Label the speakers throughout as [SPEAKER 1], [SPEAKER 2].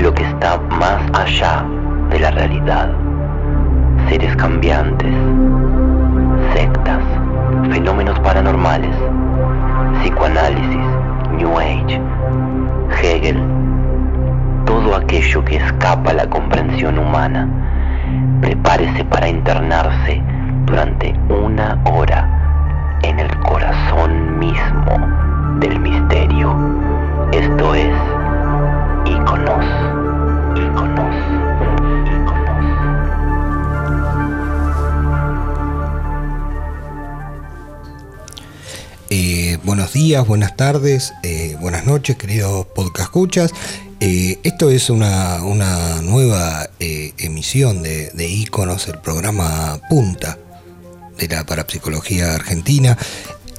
[SPEAKER 1] lo que está más allá de la realidad. Seres cambiantes, sectas, fenómenos paranormales, psicoanálisis, New Age, Hegel, todo aquello que escapa a la comprensión humana. Prepárese para internarse durante una hora en el corazón mismo del misterio. Esto es íconos, íconos, íconos.
[SPEAKER 2] Eh, buenos días, buenas tardes, eh, buenas noches, queridos podcast escuchas. esto es una, una nueva eh, emisión de, de Íconos, el programa Punta de la Parapsicología Argentina.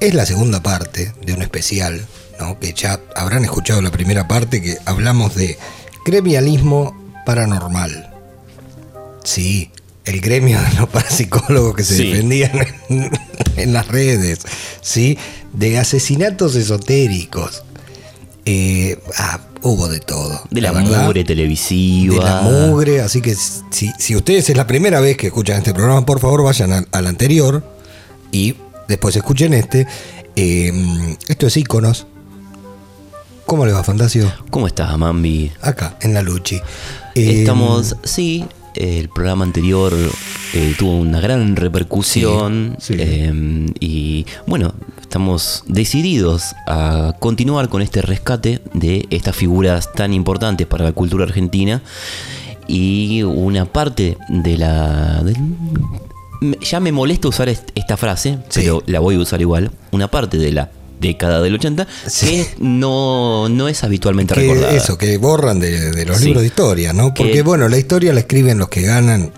[SPEAKER 2] Es la segunda parte de un especial, ¿no? que ya habrán escuchado la primera parte, que hablamos de gremialismo paranormal. Sí, el gremio de los parapsicólogos que se
[SPEAKER 3] Sí.
[SPEAKER 2] defendían en, en las redes, ¿sí? De asesinatos esotéricos. Eh, ah, hubo de todo.
[SPEAKER 3] De la,
[SPEAKER 2] verdad.
[SPEAKER 3] mugre televisiva.
[SPEAKER 2] De la mugre, así que si, si ustedes es la primera vez que escuchan este programa, por favor vayan al, al anterior y después escuchen este. Eh, esto es Íconos. ¿Cómo le va, Fantasio?
[SPEAKER 3] ¿Cómo estás, Mambi?
[SPEAKER 2] Acá, en la Luchi. Eh,
[SPEAKER 3] Estamos, sí, el programa anterior eh, tuvo una gran repercusión
[SPEAKER 2] Sí, sí.
[SPEAKER 3] eh, y bueno, estamos decididos a continuar con este rescate de estas figuras tan importantes para la cultura argentina y una parte de la... del- me- ya me molesta usar est- esta frase,
[SPEAKER 2] Sí.
[SPEAKER 3] pero la voy a usar igual, una parte de la década del 80
[SPEAKER 2] Sí.
[SPEAKER 3] que no, no es habitualmente
[SPEAKER 2] que
[SPEAKER 3] recordada.
[SPEAKER 2] eso, que borran de, de los
[SPEAKER 3] Sí. Eh,
[SPEAKER 2] libros de historia, ¿no? Porque,
[SPEAKER 3] Que-
[SPEAKER 2] bueno, la historia la escriben los que ganan.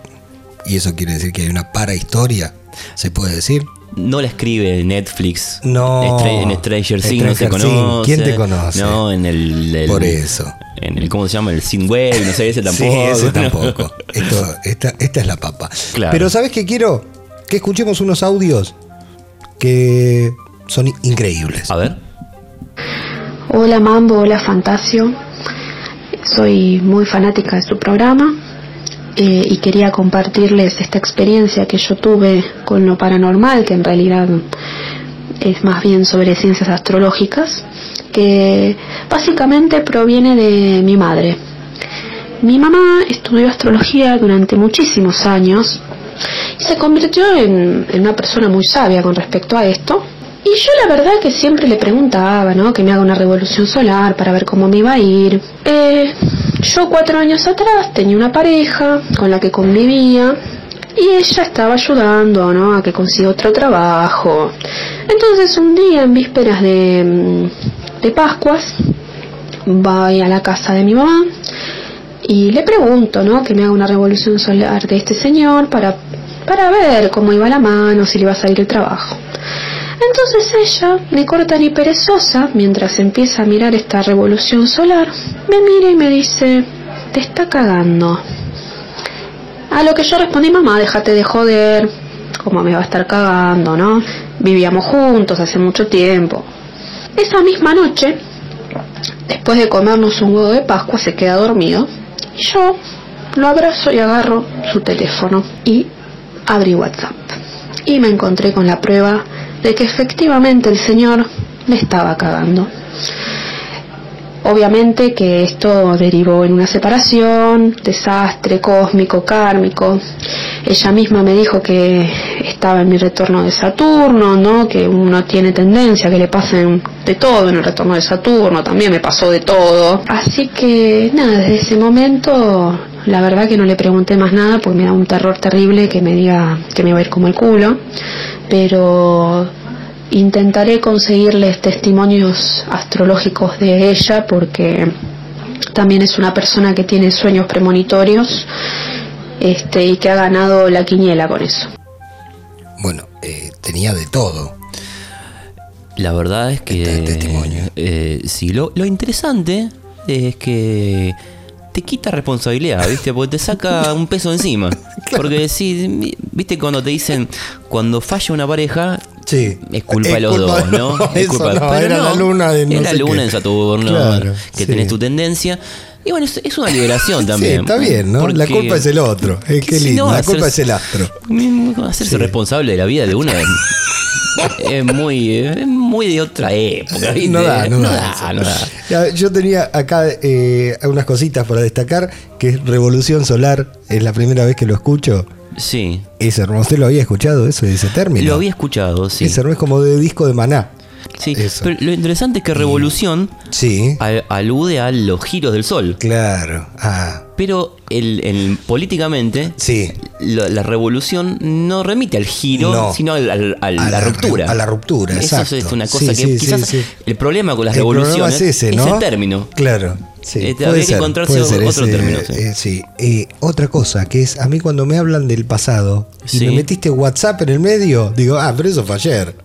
[SPEAKER 2] Y eso quiere decir que hay una parahistoria, ¿se puede decir?
[SPEAKER 3] No la escribe Netflix.
[SPEAKER 2] No.
[SPEAKER 3] Estre- en Stranger Things no se
[SPEAKER 2] Stranger Things.
[SPEAKER 3] conoce.
[SPEAKER 2] ¿Quién te conoce?
[SPEAKER 3] No, en el. el-
[SPEAKER 2] Por eso.
[SPEAKER 3] En el, ¿cómo se llama? El Sin Web, no sé, ese tampoco.
[SPEAKER 2] Sí, ese
[SPEAKER 3] ¿no?
[SPEAKER 2] tampoco. Esto- esta, esta es la papa.
[SPEAKER 3] Claro.
[SPEAKER 2] Pero ¿sabes qué quiero? Que escuchemos unos audios que son increíbles.
[SPEAKER 3] A ver.
[SPEAKER 4] Hola Mambo, hola Fantasio. Soy muy fanática de su programa eh, y quería compartirles esta experiencia que yo tuve con lo paranormal, que en realidad es más bien sobre ciencias astrológicas, que básicamente proviene de mi madre. Mi mamá estudió astrología durante muchísimos años y se convirtió en, en una persona muy sabia con respecto a esto. Y yo la verdad que siempre le preguntaba, ¿no? Que me haga una revolución solar para ver cómo me iba a ir. Eh, yo cuatro años atrás tenía una pareja con la que convivía y ella estaba ayudando, ¿no? A que consiga otro trabajo. Entonces un día en vísperas de, mm, de Pascuas voy a la casa de mi mamá y le pregunto, ¿no? Que me haga una revolución solar de este señor para, para ver cómo iba la mano, si le iba a salir el trabajo. Entonces ella, ni corta ni perezosa, mientras empieza a mirar esta revolución solar, me mira y me dice, te está cagando. A lo que yo respondí, mamá, déjate de joder, cómo me va a estar cagando, ¿no? Vivíamos juntos hace mucho tiempo. Esa misma noche, después de comernos un huevo de Pascua, se queda dormido. Y yo lo abrazo y agarro su teléfono y abrí WhatsApp. Y me encontré con la prueba de que efectivamente el señor me estaba cagando. Obviamente que esto derivó en una separación, desastre cósmico, kármico. Ella misma me dijo que estaba en mi retorno de Saturno, ¿no? Que uno tiene tendencia a que le pasen de todo en el retorno de Saturno, también me pasó de todo. Así que nada, desde ese momento la verdad que no le pregunté más nada porque me da un terror terrible que me diga que me va a ir como el culo, pero Intentaré conseguirles testimonios astrológicos de ella porque también es una persona que tiene sueños premonitorios este, y que ha ganado la quiniela con eso.
[SPEAKER 2] Bueno, eh, tenía de todo.
[SPEAKER 3] La verdad es que.
[SPEAKER 2] Este testimonio.
[SPEAKER 3] eh, sí, lo, lo interesante es que. Te quita responsabilidad, ¿viste? Porque te saca un peso encima. Porque sí, ¿viste? Cuando te dicen, cuando falla una pareja,
[SPEAKER 2] Sí.
[SPEAKER 3] Es culpa de los
[SPEAKER 2] culpa
[SPEAKER 3] dos,
[SPEAKER 2] de
[SPEAKER 3] ¿no?
[SPEAKER 2] los dos,
[SPEAKER 3] Es
[SPEAKER 2] eso
[SPEAKER 3] culpa de-
[SPEAKER 2] no,
[SPEAKER 3] pero
[SPEAKER 2] era la luna de no
[SPEAKER 3] es la
[SPEAKER 2] sé
[SPEAKER 3] luna
[SPEAKER 2] qué.
[SPEAKER 3] en Saturno,
[SPEAKER 2] Claro,
[SPEAKER 3] que
[SPEAKER 2] sí.
[SPEAKER 3] tenés tu tendencia. Y bueno, es, es una liberación también.
[SPEAKER 2] Sí, está bien, ¿no? La
[SPEAKER 3] Porque-
[SPEAKER 2] culpa es el otro. Eh,
[SPEAKER 3] que
[SPEAKER 2] qué
[SPEAKER 3] si
[SPEAKER 2] lindo.
[SPEAKER 3] no,
[SPEAKER 2] la
[SPEAKER 3] hacerse-
[SPEAKER 2] culpa es el astro.
[SPEAKER 3] Hacerse
[SPEAKER 2] Sí.
[SPEAKER 3] responsable de la vida de uno es, es muy, es muy de otra época, ¿viste?
[SPEAKER 2] No da, no,
[SPEAKER 3] No
[SPEAKER 2] da. eso.
[SPEAKER 3] no da.
[SPEAKER 2] Ya, Yo tenía acá eh, unas cositas para destacar, que es Revolución Solar, es la primera vez que lo escucho.
[SPEAKER 3] Sí.
[SPEAKER 2] Es hermoso. ¿Usted lo había escuchado eso, ese término?
[SPEAKER 3] Lo había escuchado, sí.
[SPEAKER 2] Es hermoso, es como de disco de maná.
[SPEAKER 3] sí.
[SPEAKER 2] eso.
[SPEAKER 3] Pero lo interesante es que Revolución
[SPEAKER 2] Sí,
[SPEAKER 3] al- alude a los giros del sol.
[SPEAKER 2] claro. Ah,
[SPEAKER 3] Pero el, el- políticamente,
[SPEAKER 2] sí.
[SPEAKER 3] la, la revolución no remite al giro,
[SPEAKER 2] No.
[SPEAKER 3] sino al- al- al-
[SPEAKER 2] A
[SPEAKER 3] a la,
[SPEAKER 2] la re-
[SPEAKER 3] ruptura.
[SPEAKER 2] a la ruptura,
[SPEAKER 3] Eso
[SPEAKER 2] exacto.
[SPEAKER 3] es una cosa
[SPEAKER 2] Sí,
[SPEAKER 3] que
[SPEAKER 2] sí, sí,
[SPEAKER 3] quizás
[SPEAKER 2] sí.
[SPEAKER 3] el problema con las
[SPEAKER 2] El problema
[SPEAKER 3] revoluciones
[SPEAKER 2] es ese, ¿no?
[SPEAKER 3] el término.
[SPEAKER 2] Claro. Sí,
[SPEAKER 3] Eh,
[SPEAKER 2] puede
[SPEAKER 3] habría que
[SPEAKER 2] ser,
[SPEAKER 3] encontrarse
[SPEAKER 2] puede ser
[SPEAKER 3] otro término, sí.
[SPEAKER 2] eh, sí. Eh, otra cosa, que es a mí cuando me hablan del pasado
[SPEAKER 3] Sí.
[SPEAKER 2] y me metiste WhatsApp en el medio, digo, ah, pero eso fue ayer.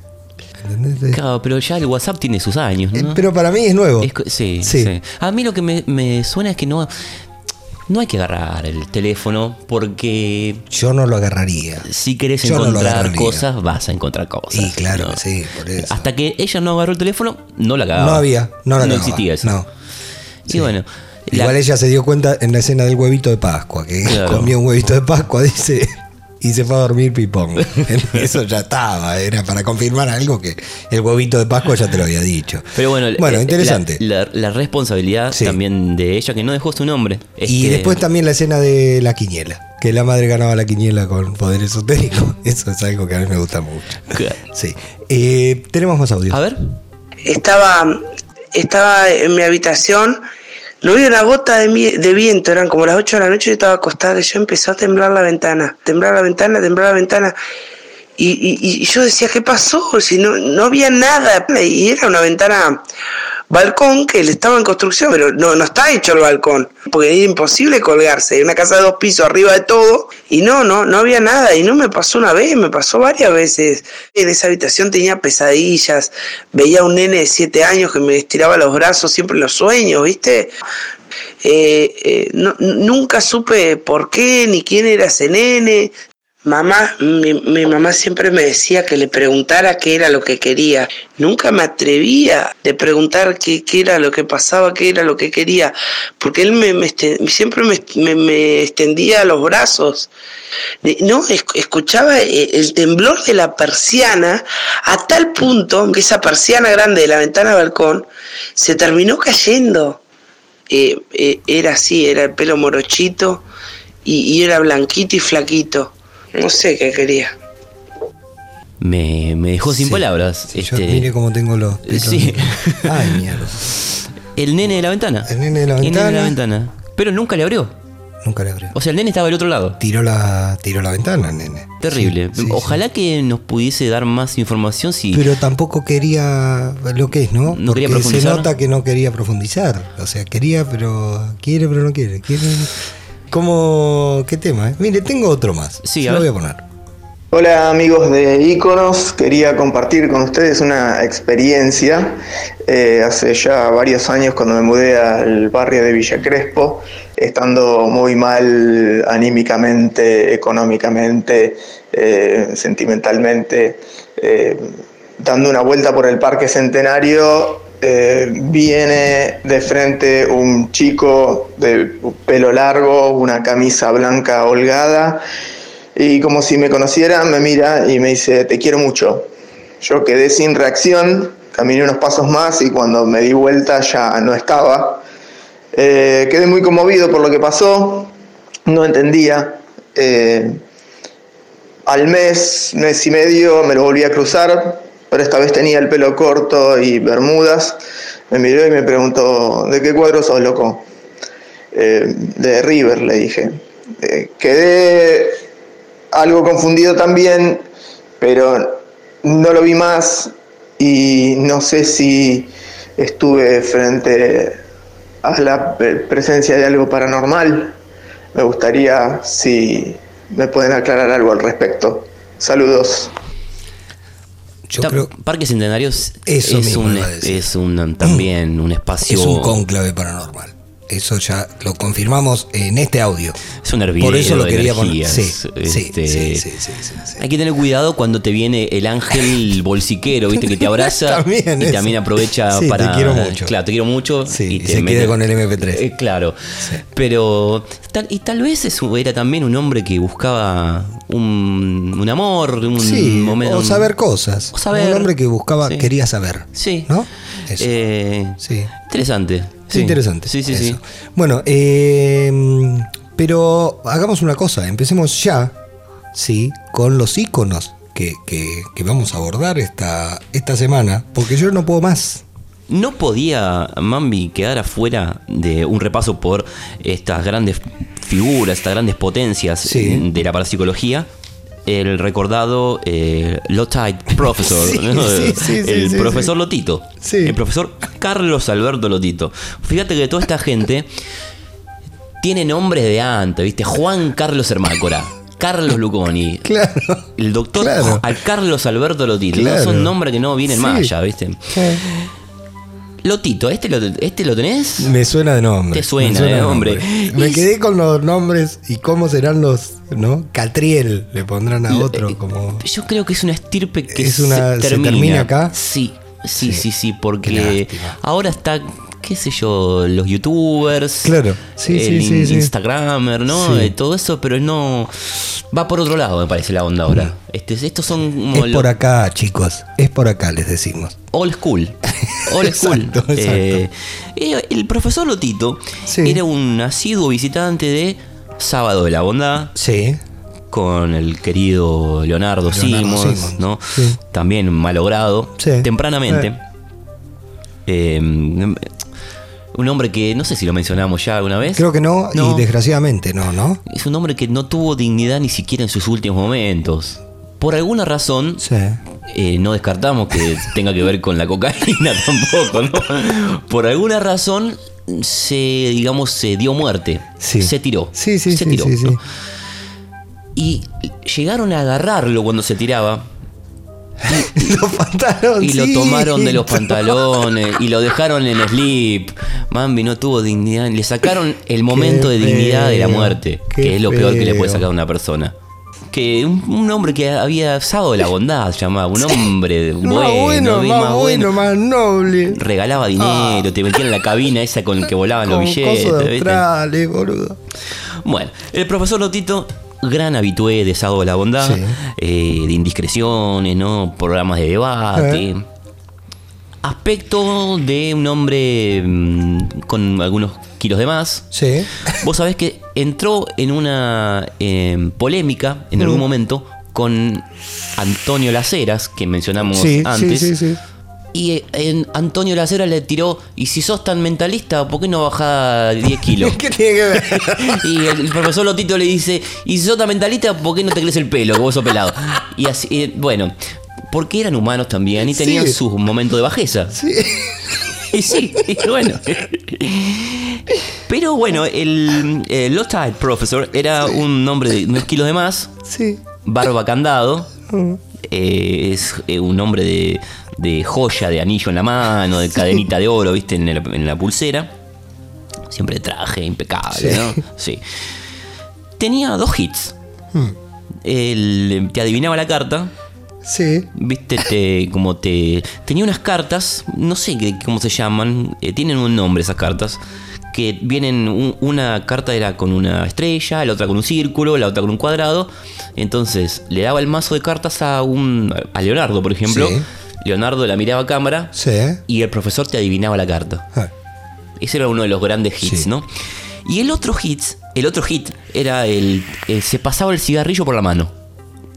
[SPEAKER 2] ¿Entendés?
[SPEAKER 3] Claro, pero ya el WhatsApp tiene sus años,
[SPEAKER 2] Eh,
[SPEAKER 3] ¿no?
[SPEAKER 2] Pero para mí es nuevo.
[SPEAKER 3] Es co- sí,
[SPEAKER 2] Sí.
[SPEAKER 3] sí. A mí lo que me, me suena es que no, no hay que agarrar el teléfono porque
[SPEAKER 2] Yo no lo agarraría.
[SPEAKER 3] si querés
[SPEAKER 2] Yo no lo
[SPEAKER 3] encontrar
[SPEAKER 2] agarraría.
[SPEAKER 3] cosas, vas a encontrar cosas.
[SPEAKER 2] Y claro,
[SPEAKER 3] ¿no?
[SPEAKER 2] que sí, por eso.
[SPEAKER 3] Hasta que ella no agarró el teléfono, no la cagaba.
[SPEAKER 2] no había, no la
[SPEAKER 3] Ah. No
[SPEAKER 2] cagaba,
[SPEAKER 3] existía eso.
[SPEAKER 2] No.
[SPEAKER 3] Y bueno. la-
[SPEAKER 2] Igual ella se dio cuenta en la escena del huevito de Pascua, que
[SPEAKER 3] Claro.
[SPEAKER 2] comió un huevito de Pascua, dice, y se fue a dormir pipón. Eso ya estaba, era para confirmar algo que el huevito de Pascua ya te lo había dicho.
[SPEAKER 3] Pero bueno, eh,
[SPEAKER 2] interesante.
[SPEAKER 3] La, la- la responsabilidad
[SPEAKER 2] Sí.
[SPEAKER 3] también de ella, que no dejó su nombre. este, Es
[SPEAKER 2] y
[SPEAKER 3] que-
[SPEAKER 2] después también la escena de la quiniela, que la madre ganaba la quiniela con poder esotérico. Eso es algo que a mí me gusta mucho. Sí. Eh, tenemos más audio.
[SPEAKER 3] A ver,
[SPEAKER 5] estaba, estaba en mi habitación, no vi una gota de, mi- de viento, eran como las 8 de la noche, yo estaba acostada, que yo empezó a temblar la ventana, temblar la ventana, temblar la ventana. Y, y- y yo decía, ¿qué pasó? Si no, no había nada. Y era una ventana, balcón, que le estaba en construcción, pero no, no está hecho el balcón, porque es imposible colgarse. Hay una casa de dos pisos arriba de todo, y no, no, no había nada. Y no me pasó una vez, me pasó varias veces. En esa habitación tenía pesadillas, veía a un nene de siete años que me estiraba los brazos siempre en los sueños, ¿viste? Eh, eh, no- nunca supe por qué ni quién era ese nene. Mamá, mi, mi mamá siempre me decía que le preguntara qué era lo que quería. Nunca me atrevía de preguntar qué, qué era lo que pasaba, qué era lo que quería, porque él me, me este- siempre me, me- me extendía los brazos. De- No, es- escuchaba eh, el temblor de la persiana a tal punto que esa persiana grande de la ventana del balcón se terminó cayendo eh, eh, era así, era el pelo morochito y, y era blanquito y flaquito. No sé qué quería.
[SPEAKER 3] me, me dejó sin
[SPEAKER 2] Sí.
[SPEAKER 3] palabras.
[SPEAKER 2] Sí, yo
[SPEAKER 3] este,
[SPEAKER 2] mire cómo tengo los pelos.
[SPEAKER 3] Sí.
[SPEAKER 2] Ay, mierda.
[SPEAKER 3] el nene de la ventana.
[SPEAKER 2] El nene de la ventana.
[SPEAKER 3] ventana. Pero nunca le abrió.
[SPEAKER 2] Nunca le creo.
[SPEAKER 3] O sea, el nene estaba del otro lado.
[SPEAKER 2] Tiró la, tiró la ventana, nene.
[SPEAKER 3] Terrible.
[SPEAKER 2] Sí, sí,
[SPEAKER 3] Ojalá que nos pudiese dar más información si...
[SPEAKER 2] sí. Pero tampoco quería lo que es, ¿no?
[SPEAKER 3] No quería
[SPEAKER 2] Porque se
[SPEAKER 3] profundizar.
[SPEAKER 2] nota que no quería profundizar. O sea, quería, pero quiere, pero no quiere. quiere... ¿Cómo? ¿Qué tema? eh? Mire, tengo otro más.
[SPEAKER 3] Sí,
[SPEAKER 2] Se
[SPEAKER 3] a
[SPEAKER 2] lo voy
[SPEAKER 3] ver.
[SPEAKER 2] a poner.
[SPEAKER 6] Hola amigos de Iconos, quería compartir con ustedes una experiencia. Eh, hace ya varios años cuando me mudé al barrio de Villa Crespo, estando muy mal anímicamente, económicamente, eh, sentimentalmente, eh, dando una vuelta por el Parque Centenario, eh, viene de frente un chico de pelo largo, una camisa blanca holgada y como si me conociera, me mira y me dice, te quiero mucho. Yo quedé sin reacción, caminé unos pasos más y cuando me di vuelta ya no estaba. Eh, quedé muy conmovido por lo que pasó, no entendía. Eh, al mes, mes y medio me lo volví a cruzar, pero esta vez tenía el pelo corto y bermudas. Me miró y me preguntó, ¿de qué cuadro sos loco? Eh, de River, le dije. Eh, quedé algo confundido también, pero no lo vi más y no sé si estuve frente a la pre- presencia de algo paranormal. Me gustaría si me pueden aclarar algo al respecto. Saludos.
[SPEAKER 2] Yo
[SPEAKER 3] Ta-
[SPEAKER 2] creo
[SPEAKER 3] Parque Centenario es,
[SPEAKER 2] Eso
[SPEAKER 3] es
[SPEAKER 2] mismo
[SPEAKER 3] un,
[SPEAKER 2] iba a decir.
[SPEAKER 3] es un también un espacio
[SPEAKER 2] es un cónclave paranormal. Eso ya lo confirmamos en este audio.
[SPEAKER 3] Es un hervidero
[SPEAKER 2] Por eso lo
[SPEAKER 3] de
[SPEAKER 2] quería poner.
[SPEAKER 3] energías,
[SPEAKER 2] Sí, sí,
[SPEAKER 3] este-
[SPEAKER 2] sí, sí, sí, sí, sí.
[SPEAKER 3] Hay que tener cuidado cuando te viene el ángel bolsiquero, viste, que te abraza
[SPEAKER 2] También
[SPEAKER 3] y
[SPEAKER 2] eso.
[SPEAKER 3] también aprovecha
[SPEAKER 2] Sí, te
[SPEAKER 3] para.
[SPEAKER 2] quiero mucho.
[SPEAKER 3] Claro, te quiero mucho.
[SPEAKER 2] Sí, y se queda con el MP3.
[SPEAKER 3] Eh, claro. Pero. Tal, y tal vez eso era también un hombre que buscaba un, un amor, un
[SPEAKER 2] Sí,
[SPEAKER 3] momento.
[SPEAKER 2] o saber cosas.
[SPEAKER 3] O saber.
[SPEAKER 2] Un hombre que buscaba,
[SPEAKER 3] Sí.
[SPEAKER 2] quería saber.
[SPEAKER 3] Sí.
[SPEAKER 2] ¿No? Eso.
[SPEAKER 3] Eh,
[SPEAKER 2] sí.
[SPEAKER 3] Interesante.
[SPEAKER 2] Es Interesante.
[SPEAKER 3] Sí, sí, sí.
[SPEAKER 2] eso. Bueno, eh, pero hagamos una cosa, empecemos ya, ¿sí? Con los iconos que, que- que vamos a abordar esta, esta semana, porque yo no puedo más.
[SPEAKER 3] ¿No podía Mambi quedar afuera de un repaso por estas grandes figuras, estas grandes potencias
[SPEAKER 2] Sí.
[SPEAKER 3] de la parapsicología? El recordado eh, Lotite Professor,
[SPEAKER 2] Sí,
[SPEAKER 3] ¿no?
[SPEAKER 2] sí, sí, sí,
[SPEAKER 3] el
[SPEAKER 2] sí,
[SPEAKER 3] profesor
[SPEAKER 2] sí.
[SPEAKER 3] Lotito,
[SPEAKER 2] Sí.
[SPEAKER 3] el profesor Carlos Alberto Lotito. Fíjate que toda esta gente tiene nombres de antes, ¿viste? Juan Carlos Hermácora, Carlos Luconi,
[SPEAKER 2] Claro.
[SPEAKER 3] el doctor
[SPEAKER 2] Claro.
[SPEAKER 3] a Carlos Alberto Lotito.
[SPEAKER 2] Claro.
[SPEAKER 3] Son nombres que no vienen más allá, ¿viste? Lotito, ¿este lo, este lo tenés?
[SPEAKER 2] Me suena de nombre.
[SPEAKER 3] Te suena
[SPEAKER 2] me
[SPEAKER 3] de nombre.
[SPEAKER 2] Me
[SPEAKER 3] Y-
[SPEAKER 2] quedé con los nombres y cómo serán los, ¿no? Catriel le pondrán a otro como...
[SPEAKER 3] eh, Yo creo que es una estirpe que
[SPEAKER 2] Es una-
[SPEAKER 3] se,
[SPEAKER 2] se
[SPEAKER 3] termina.
[SPEAKER 2] termina acá.
[SPEAKER 3] Sí, sí, sí, sí,
[SPEAKER 2] Qué
[SPEAKER 3] porque
[SPEAKER 2] lástima.
[SPEAKER 3] ahora está, qué sé yo, los youtubers,
[SPEAKER 2] Claro. Sí,
[SPEAKER 3] el
[SPEAKER 2] sí, sí, sí.
[SPEAKER 3] instagramer, ¿no?
[SPEAKER 2] Sí.
[SPEAKER 3] Eh, todo eso, pero no... Va por otro lado, me parece, la onda ahora. Este, estos son como
[SPEAKER 2] Mm. Es
[SPEAKER 3] los-
[SPEAKER 2] por acá, chicos. Es por acá, les decimos.
[SPEAKER 3] Old school. Old school.
[SPEAKER 2] Exacto, exacto.
[SPEAKER 3] Eh, eh, el profesor Lotito
[SPEAKER 2] Sí.
[SPEAKER 3] era un asiduo visitante de Sábado de la Bondad
[SPEAKER 2] Sí.
[SPEAKER 3] con el querido Leonardo,
[SPEAKER 2] Leonardo
[SPEAKER 3] Simons,
[SPEAKER 2] Simons,
[SPEAKER 3] ¿no?
[SPEAKER 2] sí.
[SPEAKER 3] También malogrado.
[SPEAKER 2] Sí.
[SPEAKER 3] Tempranamente.
[SPEAKER 2] Eh.
[SPEAKER 3] Eh, un hombre que no sé si lo mencionamos ya alguna vez.
[SPEAKER 2] Creo que no, y desgraciadamente no, ¿no?
[SPEAKER 3] Es un hombre que no tuvo dignidad ni siquiera en sus últimos momentos. Por alguna razón,
[SPEAKER 2] Sí.
[SPEAKER 3] eh, no descartamos que tenga que ver con la cocaína tampoco, ¿no? Por alguna razón se, digamos, se dio muerte.
[SPEAKER 2] Sí.
[SPEAKER 3] Se tiró.
[SPEAKER 2] Sí, sí,
[SPEAKER 3] se
[SPEAKER 2] sí,
[SPEAKER 3] tiró.
[SPEAKER 2] sí, sí.
[SPEAKER 3] Y llegaron a agarrarlo cuando se tiraba
[SPEAKER 2] Los pantalones.
[SPEAKER 3] y lo tomaron de los pantalones y lo dejaron en slip. Mambi no tuvo dignidad. Le sacaron el momento de
[SPEAKER 2] feo,
[SPEAKER 3] dignidad de la muerte,
[SPEAKER 2] qué
[SPEAKER 3] que es lo peor que le puede
[SPEAKER 2] feo.
[SPEAKER 3] sacar a una persona. Que un, un hombre que había sábado de la bondad, se llamaba, un hombre bueno,
[SPEAKER 2] más bueno,
[SPEAKER 3] bien,
[SPEAKER 2] más, bueno, más noble.
[SPEAKER 3] regalaba dinero, te metían en la cabina esa con que volaban
[SPEAKER 2] Con
[SPEAKER 3] los billetes.
[SPEAKER 2] cosas de
[SPEAKER 3] ¿viste?
[SPEAKER 2] astrales, boludo.
[SPEAKER 3] Bueno, el profesor Lotito, gran habitué de Sábado de la Bondad,
[SPEAKER 2] Sí.
[SPEAKER 3] eh, de indiscreciones, ¿no? Programas de debate. Aspecto de un hombre mm, con algunos kilos de más.
[SPEAKER 2] Sí.
[SPEAKER 3] Vos sabés que entró en una eh, polémica en
[SPEAKER 2] Mm.
[SPEAKER 3] algún momento con Antonio Laceras, que mencionamos
[SPEAKER 2] Sí, sí,
[SPEAKER 3] antes.
[SPEAKER 2] sí, sí.
[SPEAKER 3] Y eh, en- Antonio Lacera le tiró, y si sos tan mentalista, ¿por qué no bajás 10 kilos?
[SPEAKER 2] ¿Qué tiene que ver?
[SPEAKER 3] Y el, el profesor Lotito le dice, y si sos tan mentalista, ¿por qué no te crece el pelo? que Vos sos pelado. Y así, eh, bueno, porque eran humanos también y tenían
[SPEAKER 2] Sí.
[SPEAKER 3] sus momentos de bajeza.
[SPEAKER 2] Sí.
[SPEAKER 3] Y sí, y bueno. Pero bueno, el, eh, el Lotite Professor era un hombre de unos kilos de más,
[SPEAKER 2] Sí. Mm.
[SPEAKER 3] barba candado. eh, es eh, un hombre de, de joya, de anillo en la mano, de cadenita de oro, viste, en, el- en la pulsera. Siempre de traje, impecable,
[SPEAKER 2] Sí.
[SPEAKER 3] ¿no? Sí. Tenía dos hits. Él em, te adivinaba la carta,
[SPEAKER 2] Sí.
[SPEAKER 3] viste, te, como te. Tenía unas cartas, no sé qué- cómo se llaman, eh, tienen un nombre esas cartas. Que vienen, un- una carta era con una estrella, la otra con un círculo, la otra con un cuadrado. Entonces le daba el mazo de cartas a un. a Leonardo, por ejemplo.
[SPEAKER 2] Sí.
[SPEAKER 3] Leonardo la miraba a cámara
[SPEAKER 2] Sí. ¿eh?
[SPEAKER 3] y el profesor te adivinaba la carta.
[SPEAKER 2] Ah,
[SPEAKER 3] Ese era uno de los grandes hits,
[SPEAKER 2] Sí.
[SPEAKER 3] ¿no? Y el otro hit, el otro hit era el, el- se pasaba el cigarrillo por la mano.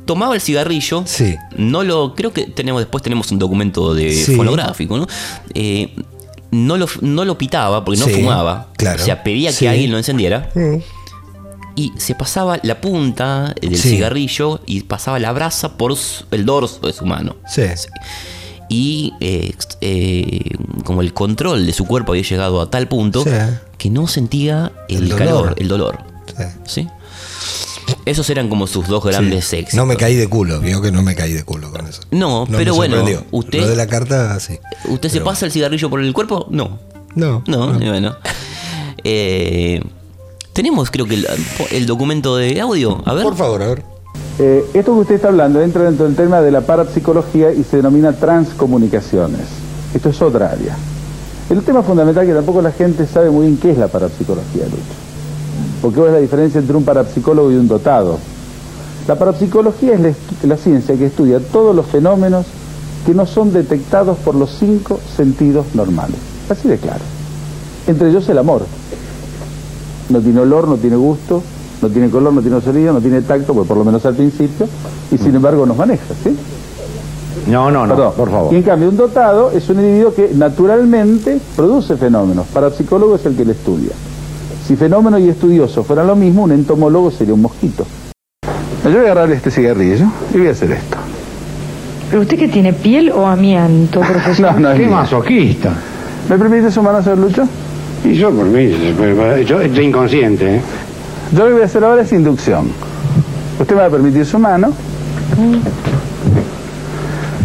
[SPEAKER 3] Tomaba el cigarrillo,
[SPEAKER 2] Sí.
[SPEAKER 3] no lo creo que tenemos después tenemos un documento de
[SPEAKER 2] Sí.
[SPEAKER 3] fonográfico, ¿no? Eh, no lo, no lo pitaba porque no
[SPEAKER 2] Sí,
[SPEAKER 3] fumaba.
[SPEAKER 2] claro.
[SPEAKER 3] O sea, pedía que
[SPEAKER 2] Sí.
[SPEAKER 3] alguien lo encendiera.
[SPEAKER 2] Mm.
[SPEAKER 3] Y se pasaba la punta eh, del
[SPEAKER 2] Sí.
[SPEAKER 3] cigarrillo y pasaba la brasa por su- el dorso de su mano
[SPEAKER 2] Sí.
[SPEAKER 3] y eh, ex- eh, como el control de su cuerpo había llegado a tal punto
[SPEAKER 2] Sí.
[SPEAKER 3] que no sentía el,
[SPEAKER 2] El dolor.
[SPEAKER 3] calor, el dolor.
[SPEAKER 2] Sí.
[SPEAKER 3] ¿sí? Esos eran como sus dos grandes éxitos.
[SPEAKER 2] No me caí de culo, vio que no me caí de culo con eso.
[SPEAKER 3] No, pero
[SPEAKER 2] me
[SPEAKER 3] bueno,
[SPEAKER 2] sorprendió.
[SPEAKER 3] usted-
[SPEAKER 2] Lo de la carta, sí.
[SPEAKER 3] ¿Usted se
[SPEAKER 2] Pero
[SPEAKER 3] pasa el cigarrillo por el cuerpo? No.
[SPEAKER 2] bueno. No.
[SPEAKER 3] No, y bueno. Eh, tenemos, creo que, el, el documento de audio. A ver.
[SPEAKER 2] Por favor, a ver.
[SPEAKER 7] Eh, esto que usted está hablando entra dentro del tema de la parapsicología y se denomina transcomunicaciones. Esto es otra área. El tema fundamental que tampoco la gente sabe muy bien qué es la parapsicología, Lucho. Porque cuál es la diferencia entre un parapsicólogo y un dotado. La parapsicología es la, la ciencia que estudia todos los fenómenos que no son detectados por los cinco sentidos normales. Así de claro. Entre ellos el amor. No tiene olor, no tiene gusto, no tiene color, no tiene sonido, no tiene tacto, pues por lo menos al principio, y
[SPEAKER 8] Mm.
[SPEAKER 7] sin embargo nos maneja, ¿sí?
[SPEAKER 8] No, no, no,
[SPEAKER 7] Perdón.
[SPEAKER 8] por favor.
[SPEAKER 7] Y en cambio, un dotado es un individuo que naturalmente produce fenómenos. Parapsicólogo es el que le estudia. Si fenómeno y estudioso fueran lo mismo, un entomólogo sería un mosquito.
[SPEAKER 8] Yo voy a agarrar este cigarrillo y voy a hacer esto.
[SPEAKER 9] ¿Pero usted que tiene piel o amianto, profesor?
[SPEAKER 7] No, no es
[SPEAKER 8] Qué
[SPEAKER 7] mío.
[SPEAKER 8] masoquista.
[SPEAKER 7] ¿Me permite su mano, señor Lucho?
[SPEAKER 8] Y yo por mí, yo estoy inconsciente. ¿eh?
[SPEAKER 7] Yo lo que voy a hacer ahora es inducción. Usted me va a permitir su mano.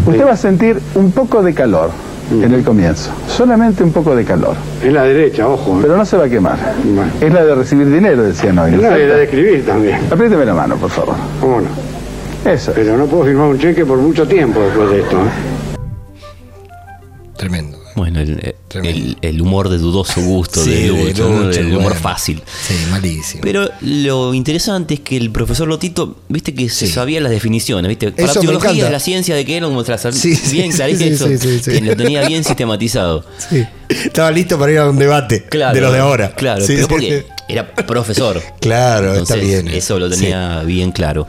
[SPEAKER 7] Usted va a sentir un poco de calor en el comienzo. Solamente un poco de calor.
[SPEAKER 8] Es la derecha, ojo. ¿eh?
[SPEAKER 7] Pero no se va a quemar.
[SPEAKER 8] Bueno.
[SPEAKER 7] Es la de recibir dinero, decían hoy. ¿no
[SPEAKER 8] Es
[SPEAKER 7] es
[SPEAKER 8] la de, la
[SPEAKER 7] cierto?
[SPEAKER 8] de escribir también.
[SPEAKER 7] Apriéteme la mano, por favor.
[SPEAKER 8] ¿Cómo no?
[SPEAKER 7] Eso. es.
[SPEAKER 8] Pero no puedo firmar un cheque por mucho tiempo después de esto. ¿eh?
[SPEAKER 2] Tremendo. ¿eh?
[SPEAKER 3] Bueno, el, eh,
[SPEAKER 2] Tremendo.
[SPEAKER 3] el- el humor de dudoso gusto
[SPEAKER 2] Sí,
[SPEAKER 3] de
[SPEAKER 2] de
[SPEAKER 3] Lucho, ¿no?
[SPEAKER 2] Lucho,
[SPEAKER 3] el humor
[SPEAKER 2] bueno.
[SPEAKER 3] fácil.
[SPEAKER 2] Sí, malísimo.
[SPEAKER 3] Pero lo interesante es que el profesor Lotito, viste que se
[SPEAKER 2] Sí.
[SPEAKER 3] sabía las definiciones, viste.
[SPEAKER 2] me
[SPEAKER 3] Parapsicología
[SPEAKER 2] encanta.
[SPEAKER 3] es la ciencia de que era como te la sab-
[SPEAKER 2] Sí, sí,
[SPEAKER 3] bien
[SPEAKER 2] sí,
[SPEAKER 3] clarito
[SPEAKER 2] sí,
[SPEAKER 3] eso,
[SPEAKER 2] sí, sí, sí.
[SPEAKER 3] que lo tenía bien sistematizado.
[SPEAKER 2] Sí. Estaba listo para ir a un debate
[SPEAKER 3] Claro.
[SPEAKER 2] de los de ahora.
[SPEAKER 3] Claro,
[SPEAKER 2] Sí,
[SPEAKER 3] pero
[SPEAKER 2] sí,
[SPEAKER 3] porque
[SPEAKER 2] sí.
[SPEAKER 3] era profesor.
[SPEAKER 2] Claro, está
[SPEAKER 3] Entonces,
[SPEAKER 2] bien.
[SPEAKER 3] Eso lo
[SPEAKER 2] Sí.
[SPEAKER 3] tenía bien claro.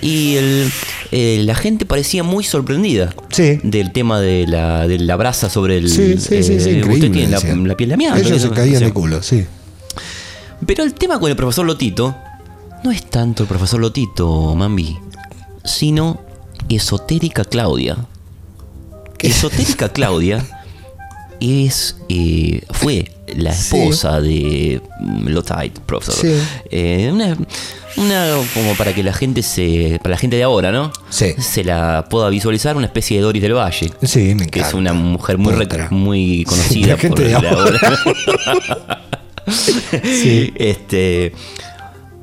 [SPEAKER 3] Y el- eh, la gente parecía muy sorprendida
[SPEAKER 2] Sí.
[SPEAKER 3] del tema de la, de la brasa sobre el.
[SPEAKER 2] Sí, sí, sí, sí,
[SPEAKER 3] eh,
[SPEAKER 2] increíble,
[SPEAKER 3] usted tiene la,
[SPEAKER 2] decían.
[SPEAKER 3] la piel de amianto.
[SPEAKER 2] Ellos
[SPEAKER 3] eso,
[SPEAKER 2] se caían
[SPEAKER 3] o sea,
[SPEAKER 2] de culo, sí.
[SPEAKER 3] Pero el tema con el profesor Lotito no es tanto el profesor Lotito, Mambi, sino esotérica Claudia. Esotérica Claudia es eh, fue la
[SPEAKER 2] Sí.
[SPEAKER 3] esposa de mm, Lotite, profesor.
[SPEAKER 2] Sí.
[SPEAKER 3] Eh, una, una como para que la gente se para la gente de ahora, ¿no?
[SPEAKER 2] Sí.
[SPEAKER 3] Se la pueda visualizar una especie de Doris del Valle.
[SPEAKER 2] Sí, me
[SPEAKER 3] Que
[SPEAKER 2] encanta.
[SPEAKER 3] es una mujer muy, rec-
[SPEAKER 2] Otra.
[SPEAKER 3] muy
[SPEAKER 2] Sí,
[SPEAKER 3] conocida
[SPEAKER 2] la gente
[SPEAKER 3] por
[SPEAKER 2] de
[SPEAKER 3] la
[SPEAKER 2] ahora.
[SPEAKER 3] Este,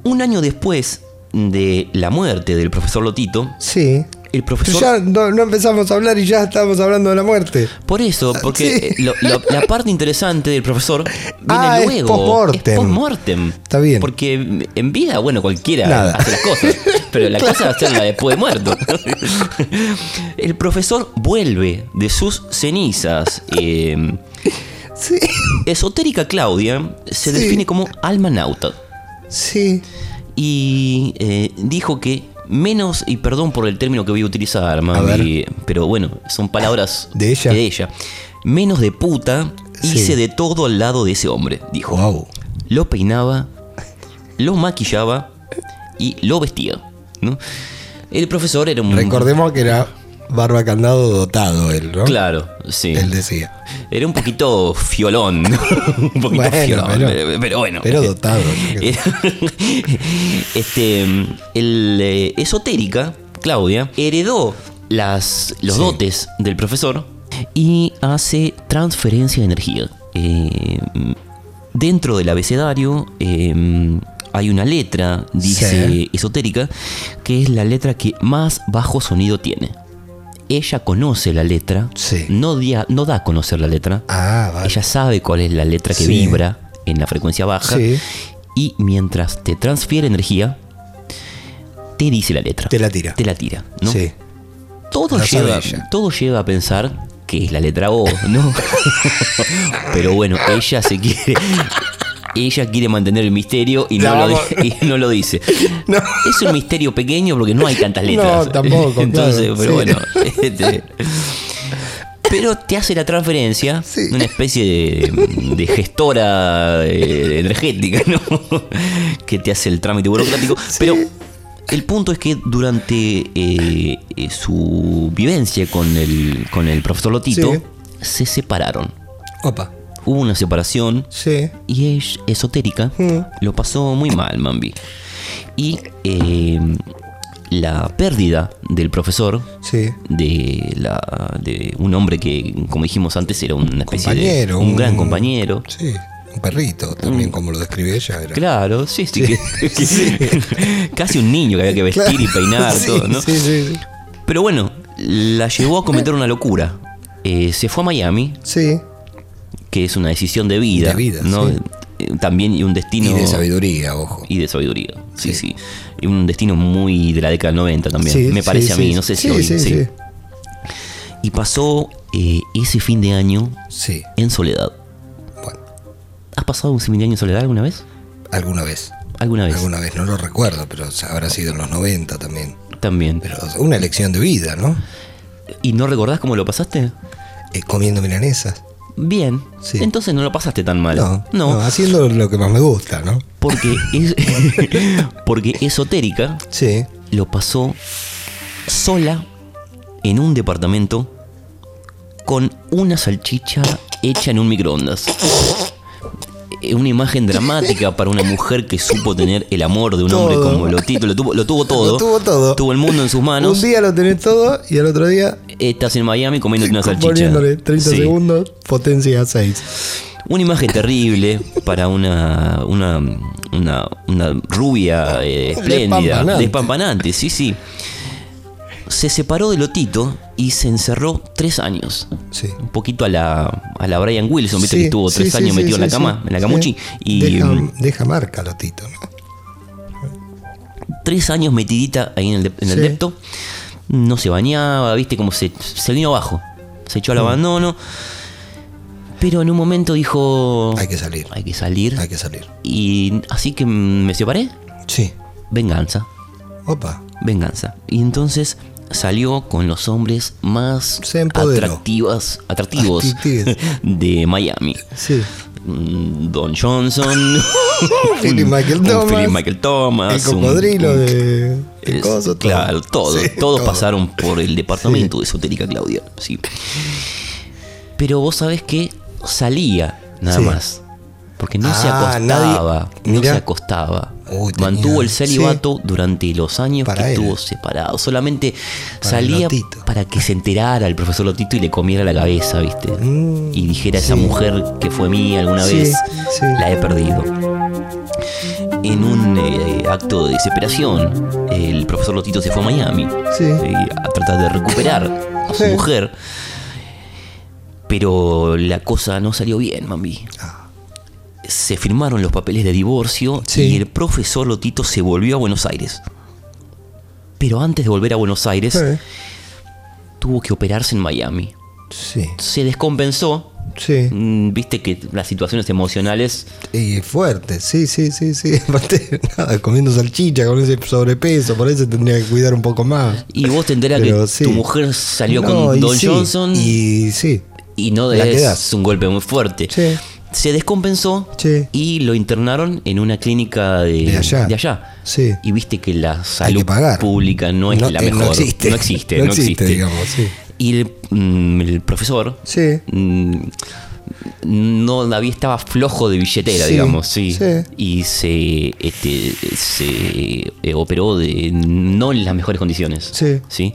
[SPEAKER 3] un año después de la muerte del profesor Lotito,
[SPEAKER 2] Sí.
[SPEAKER 3] el
[SPEAKER 2] Pero
[SPEAKER 3] profesor...
[SPEAKER 2] ya no, no empezamos a hablar y ya estábamos hablando de la muerte.
[SPEAKER 3] Por eso, porque eh,
[SPEAKER 2] Sí.
[SPEAKER 3] lo- lo- la parte interesante del profesor viene
[SPEAKER 2] Ah, es
[SPEAKER 3] luego.
[SPEAKER 2] postmortem.
[SPEAKER 3] Es postmortem.
[SPEAKER 2] Está bien.
[SPEAKER 3] Porque en vida, bueno, cualquiera
[SPEAKER 2] Nada.
[SPEAKER 3] hace las cosas. Pero la cosa va a ser la después de muerto. El profesor vuelve de sus cenizas. eh,
[SPEAKER 2] Sí,
[SPEAKER 3] esotérica Claudia se
[SPEAKER 2] Sí.
[SPEAKER 3] define como alma nauta.
[SPEAKER 2] sí.
[SPEAKER 3] y eh, dijo que menos, y perdón por el término que voy a utilizar, Mami, Eh, pero bueno, son palabras
[SPEAKER 2] De ella.
[SPEAKER 3] Menos de puta,
[SPEAKER 2] Sí.
[SPEAKER 3] hice de todo al lado de ese hombre, dijo.
[SPEAKER 2] Wow.
[SPEAKER 3] Lo peinaba, lo maquillaba y lo vestía. ¿no? El profesor era un...
[SPEAKER 2] Mm. Recordemos que era barba candado dotado él, ¿no?
[SPEAKER 3] Claro, sí.
[SPEAKER 2] Él decía.
[SPEAKER 3] Era un poquito fiolón. un poquito
[SPEAKER 2] Bueno,
[SPEAKER 3] fiolón.
[SPEAKER 2] pero-
[SPEAKER 3] Pero, bueno.
[SPEAKER 2] pero dotado, yo qué
[SPEAKER 3] este, el, eh, esotérica, Claudia, heredó las, los
[SPEAKER 2] Sí.
[SPEAKER 3] dotes del profesor y hace transferencia de energía. Eh, dentro del abecedario eh, hay una letra, dice
[SPEAKER 2] Sí.
[SPEAKER 3] esotérica, que es la letra que más bajo sonido tiene. Ella conoce la letra,
[SPEAKER 2] Sí.
[SPEAKER 3] no, dia- no da a conocer la letra.
[SPEAKER 2] Ah, vale.
[SPEAKER 3] Ella sabe cuál es la letra que
[SPEAKER 2] Sí.
[SPEAKER 3] vibra en la frecuencia baja.
[SPEAKER 2] Sí.
[SPEAKER 3] Y mientras te transfiere energía, te dice la letra.
[SPEAKER 2] Te la tira.
[SPEAKER 3] Te la tira, ¿no?
[SPEAKER 2] Sí.
[SPEAKER 3] Todo,
[SPEAKER 2] La sabe
[SPEAKER 3] lleva,
[SPEAKER 2] ella.
[SPEAKER 3] todo lleva a pensar que es la letra O, ¿no? Pero bueno, ella se quiere. Ella quiere mantener el misterio y no,
[SPEAKER 2] La
[SPEAKER 3] lo, di-
[SPEAKER 2] vamos-
[SPEAKER 3] y no lo dice.
[SPEAKER 2] No.
[SPEAKER 3] Es un misterio pequeño porque no hay tantas letras.
[SPEAKER 2] No, tampoco, claro,
[SPEAKER 3] Entonces, pero
[SPEAKER 2] sí.
[SPEAKER 3] bueno. este, pero te hace la transferencia,
[SPEAKER 2] Sí.
[SPEAKER 3] una especie de, de gestora eh, energética, ¿no? Que te hace el trámite burocrático. Pero el punto es que durante eh, eh, su vivencia con el, con el profesor Lotito,
[SPEAKER 2] Sí.
[SPEAKER 3] se separaron.
[SPEAKER 2] Opa.
[SPEAKER 3] Hubo una separación
[SPEAKER 2] Sí. Mm.
[SPEAKER 3] y es esotérica, lo pasó muy mal, Mambi. Y eh, la pérdida del profesor
[SPEAKER 2] Sí.
[SPEAKER 3] de, la, de un hombre que, como dijimos antes, era una especie de
[SPEAKER 2] Compañero,
[SPEAKER 3] un,
[SPEAKER 2] un-
[SPEAKER 3] gran compañero,
[SPEAKER 2] Sí. Un perrito, también como lo describe ella. Era.
[SPEAKER 3] Mm. Claro, sí, sí. que- que- Casi un niño que había que vestir
[SPEAKER 2] Claro,
[SPEAKER 3] y peinar
[SPEAKER 2] sí,
[SPEAKER 3] todo, ¿no?
[SPEAKER 2] sí, sí, sí.
[SPEAKER 3] Pero bueno, la llevó a cometer una locura. Eh, se fue a Miami,
[SPEAKER 2] Sí,
[SPEAKER 3] que es una decisión de vida.
[SPEAKER 2] De vida,
[SPEAKER 3] ¿no?
[SPEAKER 2] sí.
[SPEAKER 3] Eh, También y un destino.
[SPEAKER 2] y de sabiduría, ojo.
[SPEAKER 3] Y de sabiduría, sí, sí. Y un destino muy de la década del 90 también,
[SPEAKER 2] Sí,
[SPEAKER 3] me parece
[SPEAKER 2] sí,
[SPEAKER 3] a mí,
[SPEAKER 2] sí.
[SPEAKER 3] no sé si
[SPEAKER 2] Sí,
[SPEAKER 3] hoy.
[SPEAKER 2] sí,
[SPEAKER 3] sí.
[SPEAKER 2] sí.
[SPEAKER 3] Y pasó eh, ese fin de año
[SPEAKER 2] Sí,
[SPEAKER 3] en soledad.
[SPEAKER 2] bueno,
[SPEAKER 3] ¿Has pasado un fin de año en soledad alguna vez?
[SPEAKER 2] alguna vez.
[SPEAKER 3] ¿Alguna vez?
[SPEAKER 2] Alguna vez, no lo recuerdo, pero habrá sido en los 90 también.
[SPEAKER 3] También.
[SPEAKER 2] Pero una elección de vida, ¿no?
[SPEAKER 3] ¿Y no recordás cómo lo pasaste?
[SPEAKER 2] Eh, comiendo milanesas.
[SPEAKER 3] Bien.
[SPEAKER 2] Sí.
[SPEAKER 3] Entonces no lo pasaste tan mal.
[SPEAKER 2] No, no, haciendo lo que más me gusta, ¿no?
[SPEAKER 3] porque, es, porque esotérica
[SPEAKER 2] Sí,
[SPEAKER 3] lo pasó sola en un departamento con una salchicha hecha en un microondas. Eh, Una imagen dramática para una mujer que supo tener el amor de un hombre
[SPEAKER 2] Todo.
[SPEAKER 3] como lo, ti- lo tuvo, lo tuvo todo.
[SPEAKER 2] Lo tuvo todo.
[SPEAKER 3] Tuvo el mundo en sus manos.
[SPEAKER 2] Un día lo tenés todo y al otro día
[SPEAKER 3] Estás en Miami comiendo una salchicha.
[SPEAKER 2] poniéndole 30
[SPEAKER 3] Sí.
[SPEAKER 2] segundos, potencia 6.
[SPEAKER 3] Una imagen terrible para una, una, una, una rubia eh, espléndida,
[SPEAKER 2] Despampanante.
[SPEAKER 3] despampanante, sí, sí. Se separó de Lotito y se encerró tres años.
[SPEAKER 2] Sí.
[SPEAKER 3] Un poquito a la, a la Brian Wilson, viste
[SPEAKER 2] Sí,
[SPEAKER 3] que estuvo
[SPEAKER 2] sí,
[SPEAKER 3] tres
[SPEAKER 2] sí,
[SPEAKER 3] años
[SPEAKER 2] sí,
[SPEAKER 3] metido en la
[SPEAKER 2] sí,
[SPEAKER 3] cama,
[SPEAKER 2] sí.
[SPEAKER 3] en la camuchi.
[SPEAKER 2] Sí.
[SPEAKER 3] Y
[SPEAKER 2] deja,
[SPEAKER 3] mm,
[SPEAKER 2] deja marca, Lotito, ¿no?
[SPEAKER 3] tres años metidita ahí en el, de- en el
[SPEAKER 2] Sí.
[SPEAKER 3] depto. No se bañaba, viste como se, se vino abajo. Se
[SPEAKER 2] Mm.
[SPEAKER 3] echó al abandono. Pero en un momento dijo...
[SPEAKER 2] Hay que salir.
[SPEAKER 3] Hay que salir.
[SPEAKER 2] Hay que salir.
[SPEAKER 3] Y así que mm, me separé.
[SPEAKER 2] Sí. Oh,
[SPEAKER 3] Venganza,
[SPEAKER 2] Opa.
[SPEAKER 3] venganza. Y entonces salió con los hombres más
[SPEAKER 2] Se empoderó.
[SPEAKER 3] atractivas, atractivos
[SPEAKER 2] Atractivos.
[SPEAKER 3] de Miami.
[SPEAKER 2] Sí.
[SPEAKER 3] Mm, Don Johnson,
[SPEAKER 2] Philip
[SPEAKER 3] un-
[SPEAKER 2] Michael
[SPEAKER 3] un
[SPEAKER 2] Thomas,
[SPEAKER 3] Philip Michael Thomas,
[SPEAKER 2] El
[SPEAKER 3] un-
[SPEAKER 2] cocodrilo
[SPEAKER 3] un-
[SPEAKER 2] de. de
[SPEAKER 3] es-
[SPEAKER 2] coso, todo.
[SPEAKER 3] Claro, todo,
[SPEAKER 2] Sí,
[SPEAKER 3] todos
[SPEAKER 2] todo.
[SPEAKER 3] pasaron por el departamento de esotérica Claudia. Sí. Pero vos sabés que salía nada
[SPEAKER 2] Sí.
[SPEAKER 3] más. Porque no se
[SPEAKER 2] Ah,
[SPEAKER 3] acostaba.
[SPEAKER 2] nadie-
[SPEAKER 3] no se
[SPEAKER 2] mirá.
[SPEAKER 3] acostaba.
[SPEAKER 2] Uy, tenía-
[SPEAKER 3] Mantuvo el celibato durante los años
[SPEAKER 2] Para
[SPEAKER 3] que
[SPEAKER 2] él.
[SPEAKER 3] estuvo separado. Solamente
[SPEAKER 2] Para
[SPEAKER 3] salía
[SPEAKER 2] Lotito.
[SPEAKER 3] para que se enterara el profesor Lotito y le comiera la cabeza, ¿viste?
[SPEAKER 2] Mm,
[SPEAKER 3] y dijera esa
[SPEAKER 2] sí.
[SPEAKER 3] mujer que fue mía alguna
[SPEAKER 2] Sí,
[SPEAKER 3] vez,
[SPEAKER 2] sí.
[SPEAKER 3] la he perdido. En un eh, acto de desesperación, el profesor Lotito se fue a Miami
[SPEAKER 2] Sí.
[SPEAKER 3] eh, a tratar de recuperar a su
[SPEAKER 2] Sí.
[SPEAKER 3] mujer, pero la cosa no salió bien, mami.
[SPEAKER 2] Ah,
[SPEAKER 3] Se firmaron los papeles de divorcio
[SPEAKER 2] Sí.
[SPEAKER 3] y el profesor Lotito se volvió a Buenos Aires. Pero antes de volver a Buenos Aires,
[SPEAKER 2] eh,
[SPEAKER 3] tuvo que operarse en Miami.
[SPEAKER 2] Sí.
[SPEAKER 3] Se descompensó.
[SPEAKER 2] Sí.
[SPEAKER 3] Mm, Viste que las situaciones emocionales
[SPEAKER 2] Y fuerte, sí, sí, sí, sí. Aparte, nada, comiendo salchicha con ese sobrepeso, por eso tendría que cuidar un poco más.
[SPEAKER 3] Y vos te enterás
[SPEAKER 2] Pero
[SPEAKER 3] que
[SPEAKER 2] sí.
[SPEAKER 3] tu mujer salió
[SPEAKER 2] No,
[SPEAKER 3] con
[SPEAKER 2] y
[SPEAKER 3] Don
[SPEAKER 2] sí,
[SPEAKER 3] Johnson y,
[SPEAKER 2] Y sí,
[SPEAKER 3] no
[SPEAKER 2] la quedás.
[SPEAKER 3] es un golpe muy fuerte.
[SPEAKER 2] Sí.
[SPEAKER 3] Se descompensó
[SPEAKER 2] Sí.
[SPEAKER 3] y lo internaron en una clínica de,
[SPEAKER 2] De allá. Sí.
[SPEAKER 3] Y viste que la
[SPEAKER 2] hay
[SPEAKER 3] salud
[SPEAKER 2] que pagar.
[SPEAKER 3] pública no es la
[SPEAKER 2] eh,
[SPEAKER 3] mejor.
[SPEAKER 2] No existe.
[SPEAKER 3] No existe,
[SPEAKER 2] No
[SPEAKER 3] no existe.
[SPEAKER 2] digamos, sí.
[SPEAKER 3] Y el, mm, el profesor
[SPEAKER 2] Sí.
[SPEAKER 3] mm, no todavía estaba flojo de billetera,
[SPEAKER 2] Sí,
[SPEAKER 3] digamos, sí.
[SPEAKER 2] sí.
[SPEAKER 3] Y se, este, se eh, operó de no en las mejores condiciones.
[SPEAKER 2] Sí.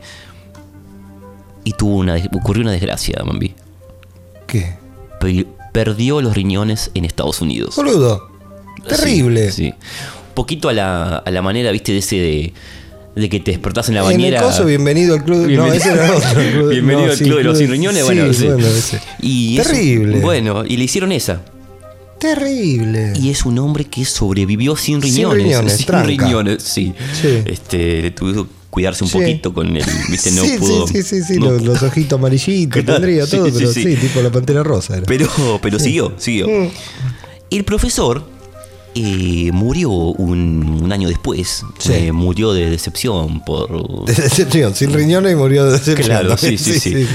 [SPEAKER 3] Y tuvo una des- ocurrió una desgracia, Mambi.
[SPEAKER 2] ¿Qué?
[SPEAKER 3] Pe- Perdió los riñones en Estados Unidos.
[SPEAKER 2] Boludo. Terrible.
[SPEAKER 3] Sí. sí. Poquito a la, a la manera, viste, de ese de, de que te despertás en la
[SPEAKER 2] En el
[SPEAKER 3] bañera.
[SPEAKER 2] coso, bienvenido al club. No,
[SPEAKER 3] Bienvenido-
[SPEAKER 2] ese era otro. el club-
[SPEAKER 3] Bienvenido
[SPEAKER 2] no,
[SPEAKER 3] al
[SPEAKER 2] sí,
[SPEAKER 3] club de los sin riñones.
[SPEAKER 2] sí,
[SPEAKER 3] bueno, sí.
[SPEAKER 2] ese.
[SPEAKER 3] Y es un-
[SPEAKER 2] Terrible.
[SPEAKER 3] bueno, y le hicieron esa.
[SPEAKER 2] Terrible.
[SPEAKER 3] Y es un hombre que sobrevivió sin
[SPEAKER 2] Sin
[SPEAKER 3] riñones.
[SPEAKER 2] riñones, tranca.
[SPEAKER 3] riñones, sí.
[SPEAKER 2] Sí.
[SPEAKER 3] Este, le tuvo que cuidarse un
[SPEAKER 2] Sí.
[SPEAKER 3] poquito con el. Viste, no
[SPEAKER 2] sí,
[SPEAKER 3] pudo.
[SPEAKER 2] sí, sí, sí,
[SPEAKER 3] no
[SPEAKER 2] los,
[SPEAKER 3] pudo.
[SPEAKER 2] los ojitos amarillitos
[SPEAKER 3] Claro,
[SPEAKER 2] tendría
[SPEAKER 3] sí,
[SPEAKER 2] todo,
[SPEAKER 3] sí,
[SPEAKER 2] pero
[SPEAKER 3] sí.
[SPEAKER 2] sí, tipo la pantera rosa era.
[SPEAKER 3] Pero, pero siguió, siguió.
[SPEAKER 2] Mm.
[SPEAKER 3] El profesor eh, murió un, un año después.
[SPEAKER 2] Sí.
[SPEAKER 3] Eh, murió de decepción por.
[SPEAKER 2] De decepción, sin riñones y murió de decepción.
[SPEAKER 3] Claro, sí, sí,
[SPEAKER 2] también,
[SPEAKER 3] sí.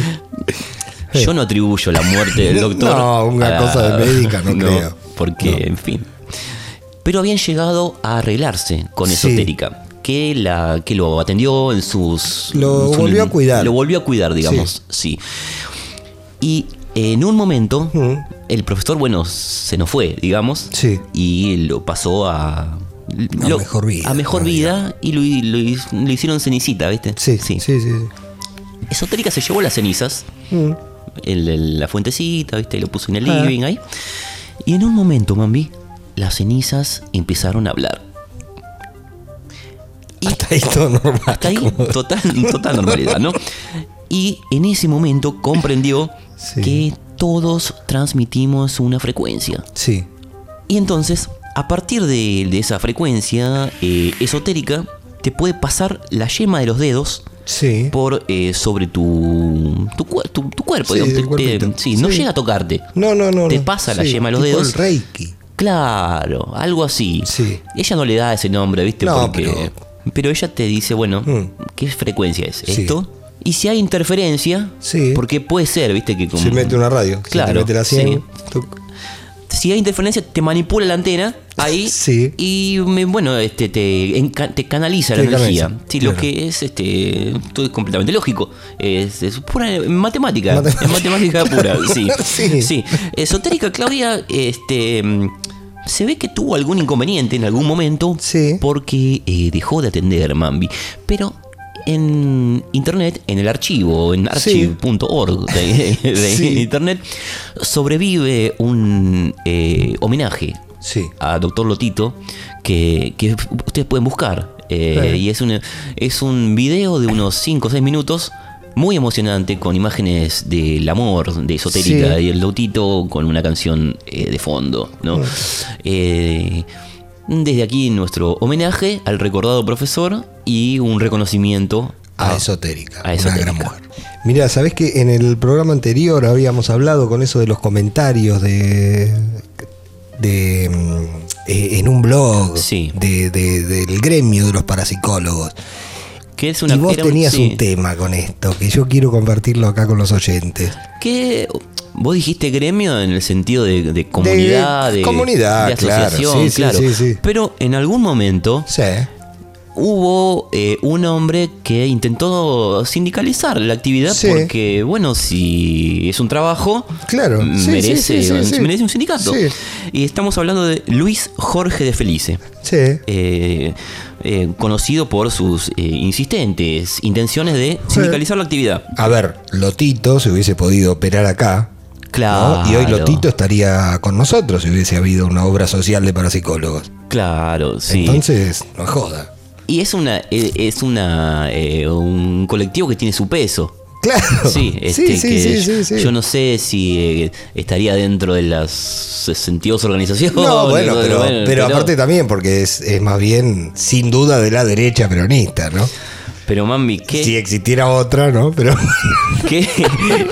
[SPEAKER 3] Yo no atribuyo la muerte del doctor.
[SPEAKER 2] No, una cosa de médica, no creo.
[SPEAKER 3] Porque,
[SPEAKER 2] No.
[SPEAKER 3] en fin. Pero habían llegado a arreglarse con
[SPEAKER 2] Sí.
[SPEAKER 3] esotérica. Que, la, que lo atendió en sus.
[SPEAKER 2] Lo
[SPEAKER 3] en su-
[SPEAKER 2] volvió a cuidar.
[SPEAKER 3] Lo volvió a cuidar, digamos. Sí. Y en un momento,
[SPEAKER 2] Mm.
[SPEAKER 3] el profesor, bueno, se nos fue, digamos.
[SPEAKER 2] Sí.
[SPEAKER 3] Y lo pasó a.
[SPEAKER 2] A mejor vida,
[SPEAKER 3] A mejor
[SPEAKER 2] ¿no?
[SPEAKER 3] vida. Y lo, hi- lo hi- lo hicieron cenicita, ¿viste?
[SPEAKER 2] Sí, sí, sí. sí. Mm.
[SPEAKER 3] Esotérica se llevó las cenizas, el- el- la fuentecita, ¿viste? Y lo puso en el
[SPEAKER 2] Ah.
[SPEAKER 3] living ahí. Y en un momento, Mambi, las cenizas empezaron a hablar.
[SPEAKER 2] Hasta ahí todo normal.
[SPEAKER 3] Hasta ahí,
[SPEAKER 2] como-
[SPEAKER 3] total, total normalidad, ¿no? Y en ese momento comprendió
[SPEAKER 2] Sí.
[SPEAKER 3] que todos transmitimos una frecuencia.
[SPEAKER 2] Sí,
[SPEAKER 3] Y entonces, a partir de, de esa frecuencia eh, esotérica, te puede pasar la yema de los dedos
[SPEAKER 2] sí.
[SPEAKER 3] por eh, sobre tu, tu, cuer- tu- tu cuerpo.
[SPEAKER 2] Sí,
[SPEAKER 3] digamos,
[SPEAKER 2] el
[SPEAKER 3] te- te-
[SPEAKER 2] cuerpito.
[SPEAKER 3] sí, no
[SPEAKER 2] Sí.
[SPEAKER 3] llega a tocarte.
[SPEAKER 2] No, no, no.
[SPEAKER 3] Te
[SPEAKER 2] no.
[SPEAKER 3] pasa la
[SPEAKER 2] Sí,
[SPEAKER 3] yema de los
[SPEAKER 2] tipo
[SPEAKER 3] dedos.
[SPEAKER 2] El reiki.
[SPEAKER 3] Claro, algo así.
[SPEAKER 2] Sí.
[SPEAKER 3] Ella no le da ese nombre, ¿viste?
[SPEAKER 2] No,
[SPEAKER 3] Porque-
[SPEAKER 2] pero-
[SPEAKER 3] pero... ella te dice, bueno,
[SPEAKER 2] Mm.
[SPEAKER 3] ¿qué frecuencia es
[SPEAKER 2] Sí.
[SPEAKER 3] esto? Y si hay interferencia,
[SPEAKER 2] Sí.
[SPEAKER 3] porque puede ser, ¿viste? Que como,
[SPEAKER 2] Se mete una radio. se
[SPEAKER 3] Mm. Claro,
[SPEAKER 2] te mete la
[SPEAKER 3] sí.
[SPEAKER 2] 100, tuc.
[SPEAKER 3] Si hay interferencia, te manipula la antena ahí.
[SPEAKER 2] Sí.
[SPEAKER 3] Y me- bueno, este, te, enca- te canaliza
[SPEAKER 2] Te
[SPEAKER 3] la energía.
[SPEAKER 2] canaliza,
[SPEAKER 3] Sí, lo
[SPEAKER 2] claro.
[SPEAKER 3] que es este, todo es completamente lógico. Es, es pura matemática.
[SPEAKER 2] Matemática.
[SPEAKER 3] Es matemática pura, sí.
[SPEAKER 2] Sí.
[SPEAKER 3] Esotérica, Claudia, este. mm, Se ve que tuvo algún inconveniente en algún momento
[SPEAKER 2] Sí.
[SPEAKER 3] porque eh, dejó de atender Mambi. Pero en internet, en el archivo, en
[SPEAKER 2] Sí.
[SPEAKER 3] archive.org de, de
[SPEAKER 2] Sí.
[SPEAKER 3] internet, sobrevive un eh, homenaje
[SPEAKER 2] Sí.
[SPEAKER 3] a Doctor Lotito que, que ustedes pueden buscar. Eh,
[SPEAKER 2] Sí.
[SPEAKER 3] Y es un, es un video de unos 5 o 6 minutos. Muy emocionante con imágenes del amor de esotérica
[SPEAKER 2] Sí. Mm.
[SPEAKER 3] y el Lotito con una canción eh, de fondo. ¿no? Eh, desde aquí nuestro homenaje al recordado profesor y un reconocimiento
[SPEAKER 2] A esotérica.
[SPEAKER 3] a Esotérica.
[SPEAKER 2] Una gran mujer. Mirá, ¿sabés que en el programa anterior habíamos hablado con eso de los comentarios de. de. mm, eh, en un blog.
[SPEAKER 3] Sí.
[SPEAKER 2] de- de- del gremio de los parapsicólogos.
[SPEAKER 3] Que es una,
[SPEAKER 2] y vos
[SPEAKER 3] era un-
[SPEAKER 2] tenías
[SPEAKER 3] sí.
[SPEAKER 2] un tema con esto, que yo quiero compartirlo acá con los oyentes.
[SPEAKER 3] que vos dijiste gremio en el sentido de, de comunidad, de,
[SPEAKER 2] comunidad,
[SPEAKER 3] de
[SPEAKER 2] claro,
[SPEAKER 3] asociación,
[SPEAKER 2] sí, sí, sí, sí.
[SPEAKER 3] Pero en algún momento
[SPEAKER 2] Sí.
[SPEAKER 3] hubo eh, un hombre que intentó sindicalizar la actividad
[SPEAKER 2] Sí.
[SPEAKER 3] porque, bueno, si es un trabajo,
[SPEAKER 2] Claro, sí, sí,
[SPEAKER 3] merece,
[SPEAKER 2] sí, sí, sí.
[SPEAKER 3] merece un sindicato.
[SPEAKER 2] Sí.
[SPEAKER 3] Y estamos hablando de Luis Jorge de Felice.
[SPEAKER 2] Sí.
[SPEAKER 3] eh, eh, conocido por sus eh, insistentes intenciones de sindicalizar la actividad.
[SPEAKER 2] A ver, Lotito se hubiese podido operar acá. ¿no?
[SPEAKER 3] Claro.
[SPEAKER 2] Ah, Y hoy Lotito estaría con nosotros si hubiese habido una obra social de parapsicólogos.
[SPEAKER 3] Claro, sí.
[SPEAKER 2] Entonces, no joda.
[SPEAKER 3] Y es una eh, es una eh, un colectivo que tiene su peso.
[SPEAKER 2] Claro.
[SPEAKER 3] Sí, este,
[SPEAKER 2] sí, sí,
[SPEAKER 3] que
[SPEAKER 2] sí,
[SPEAKER 3] yo,
[SPEAKER 2] sí, sí.
[SPEAKER 3] yo no sé si eh, estaría dentro de las 62 organizaciones.
[SPEAKER 2] No, bueno,
[SPEAKER 3] o-
[SPEAKER 2] pero, pero, aparte también, porque es, es más bien, sin duda, de la derecha peronista, ¿no?
[SPEAKER 3] pero mami, qué,
[SPEAKER 2] Si existiera otra, ¿no? Pero.
[SPEAKER 3] qué,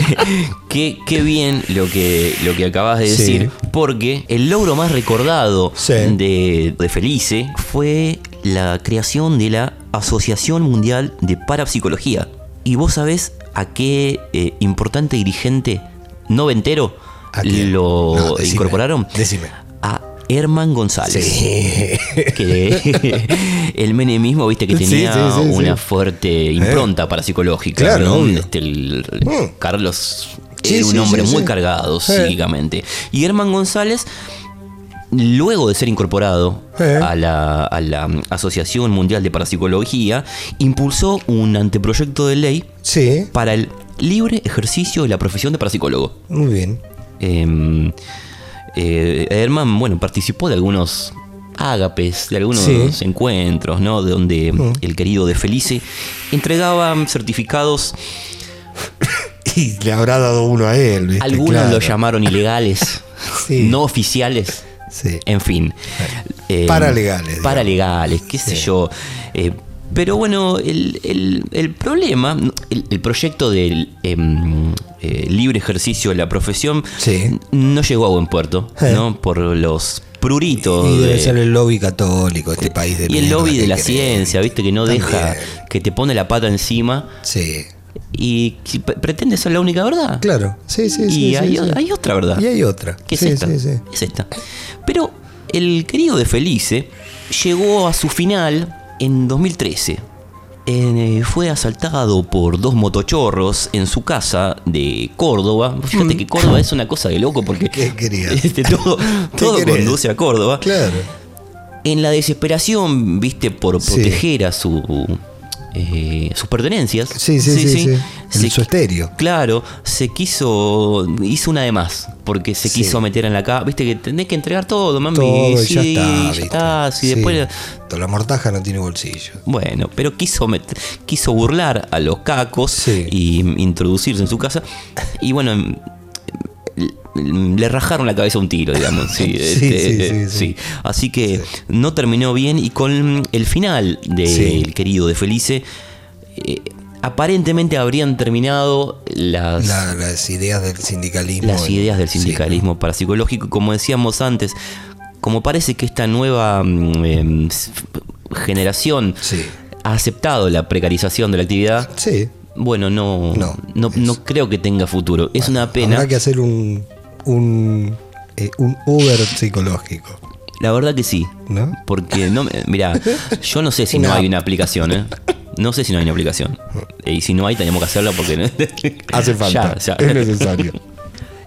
[SPEAKER 3] qué- qué bien lo que, lo que acabas de
[SPEAKER 2] Sí.
[SPEAKER 3] decir, porque el logro más recordado
[SPEAKER 2] Sí.
[SPEAKER 3] de, de Felice fue la creación de la Asociación Mundial de Parapsicología. ¿Y vos sabés a qué eh, importante dirigente noventero
[SPEAKER 2] ¿A quién?
[SPEAKER 3] lo
[SPEAKER 2] No, decime,
[SPEAKER 3] incorporaron?
[SPEAKER 2] decime.
[SPEAKER 3] A Herman González
[SPEAKER 2] Sí.
[SPEAKER 3] que el menemismo, viste, que
[SPEAKER 2] Sí,
[SPEAKER 3] tenía
[SPEAKER 2] sí, sí, sí.
[SPEAKER 3] una fuerte impronta parapsicológica.
[SPEAKER 2] Claro,
[SPEAKER 3] ¿no?
[SPEAKER 2] obvio.
[SPEAKER 3] Este, el-
[SPEAKER 2] Mm.
[SPEAKER 3] Carlos
[SPEAKER 2] Sí,
[SPEAKER 3] era un
[SPEAKER 2] sí,
[SPEAKER 3] hombre
[SPEAKER 2] sí,
[SPEAKER 3] muy
[SPEAKER 2] sí.
[SPEAKER 3] cargado
[SPEAKER 2] Sí.
[SPEAKER 3] psíquicamente. Y Herman González, luego de ser incorporado
[SPEAKER 2] Sí.
[SPEAKER 3] a, la, a la mm, Asociación Mundial de Parapsicología, impulsó un anteproyecto de ley
[SPEAKER 2] Sí,
[SPEAKER 3] para el libre ejercicio de la profesión de parapsicólogo.
[SPEAKER 2] muy bien.
[SPEAKER 3] Eh, eh, Herman, bueno, participó de algunos ágapes, de algunos
[SPEAKER 2] Sí. Mm.
[SPEAKER 3] encuentros, ¿no? De donde el querido de Felice entregaba certificados.
[SPEAKER 2] Y le habrá dado uno a él, ¿viste?
[SPEAKER 3] Algunos
[SPEAKER 2] Claro.
[SPEAKER 3] lo llamaron ilegales,
[SPEAKER 2] Sí.
[SPEAKER 3] no oficiales.
[SPEAKER 2] Sí.
[SPEAKER 3] En fin. Eh,
[SPEAKER 2] Paralegales, digamos.
[SPEAKER 3] Paralegales, qué sé
[SPEAKER 2] Sí.
[SPEAKER 3] yo. Eh, pero bueno, el, el- el problema, el, el proyecto del em, eh, libre ejercicio de la profesión
[SPEAKER 2] Sí.
[SPEAKER 3] no llegó a buen puerto,
[SPEAKER 2] Eh.
[SPEAKER 3] ¿no? Por los pruritos.
[SPEAKER 2] Y debe
[SPEAKER 3] de-
[SPEAKER 2] ser el lobby católico, este país
[SPEAKER 3] y
[SPEAKER 2] de
[SPEAKER 3] el
[SPEAKER 2] mierda
[SPEAKER 3] lobby
[SPEAKER 2] que
[SPEAKER 3] de la
[SPEAKER 2] querés.
[SPEAKER 3] ciencia, ¿viste? Que no
[SPEAKER 2] También.
[SPEAKER 3] deja, que te pone la pata encima
[SPEAKER 2] Sí,
[SPEAKER 3] y que pre- pretende ser la única verdad.
[SPEAKER 2] claro. Sí, sí,
[SPEAKER 3] Y
[SPEAKER 2] sí. sí,
[SPEAKER 3] hay,
[SPEAKER 2] sí.
[SPEAKER 3] hay otra verdad.
[SPEAKER 2] Y hay otra.
[SPEAKER 3] ¿Qué es
[SPEAKER 2] Sí,
[SPEAKER 3] esta?
[SPEAKER 2] sí, sí.
[SPEAKER 3] Es esta. Pero el querido de Felice llegó a su final en 2013. En, eh, fue asaltado por dos motochorros en su casa de Córdoba. Fíjate que Córdoba es una cosa de loco porque
[SPEAKER 2] Mm. ¿Qué querías?
[SPEAKER 3] este, todo, todo
[SPEAKER 2] querés?
[SPEAKER 3] conduce a Córdoba.
[SPEAKER 2] Claro.
[SPEAKER 3] En la desesperación, viste, por
[SPEAKER 2] Sí.
[SPEAKER 3] proteger a su, eh, sus pertenencias.
[SPEAKER 2] Sí, sí, sí, sí. El
[SPEAKER 3] se-
[SPEAKER 2] uso estéreo.
[SPEAKER 3] Claro, se quiso. Hizo una de más. Porque se
[SPEAKER 2] Sí.
[SPEAKER 3] quiso meter en la casa. Viste que tenés que entregar todo, mami.
[SPEAKER 2] Todo y
[SPEAKER 3] sí,
[SPEAKER 2] ya está.
[SPEAKER 3] ya
[SPEAKER 2] ¿viste?
[SPEAKER 3] está, Si
[SPEAKER 2] Sí.
[SPEAKER 3] después.
[SPEAKER 2] Toda La mortaja no tiene bolsillo.
[SPEAKER 3] Bueno, pero quiso, met- quiso burlar a los cacos
[SPEAKER 2] Sí.
[SPEAKER 3] y introducirse en su casa. Y bueno, em, em, le rajaron la cabeza un tiro, digamos. Sí, este,
[SPEAKER 2] sí,
[SPEAKER 3] eh,
[SPEAKER 2] sí, sí.
[SPEAKER 3] sí. Así que no terminó bien. Y con el final del
[SPEAKER 2] Sí.
[SPEAKER 3] querido de Felice, eh, aparentemente habrían terminado las,
[SPEAKER 2] La- las ideas del sindicalismo.
[SPEAKER 3] las ideas del
[SPEAKER 2] Sí.
[SPEAKER 3] sindicalismo parapsicológico. Como decíamos antes, como parece que esta nueva mm, em, s- generación
[SPEAKER 2] Sí.
[SPEAKER 3] ha aceptado la precarización de la actividad,
[SPEAKER 2] Sí.
[SPEAKER 3] bueno, no,
[SPEAKER 2] No,
[SPEAKER 3] no, no,
[SPEAKER 2] es-
[SPEAKER 3] creo que tenga futuro. Es una pena.
[SPEAKER 2] Habrá que hacer un, un, eh, un Uber psicológico,
[SPEAKER 3] La verdad que sí.
[SPEAKER 2] ¿no?
[SPEAKER 3] Porque no me- mirá, yo no sé si
[SPEAKER 2] Una
[SPEAKER 3] no hay
[SPEAKER 2] app.
[SPEAKER 3] una aplicación, ¿eh? No sé si no hay una aplicación. Y si no hay, tenemos que hacerla porque
[SPEAKER 2] Hace falta.
[SPEAKER 3] Ya, ya.
[SPEAKER 2] Es necesario.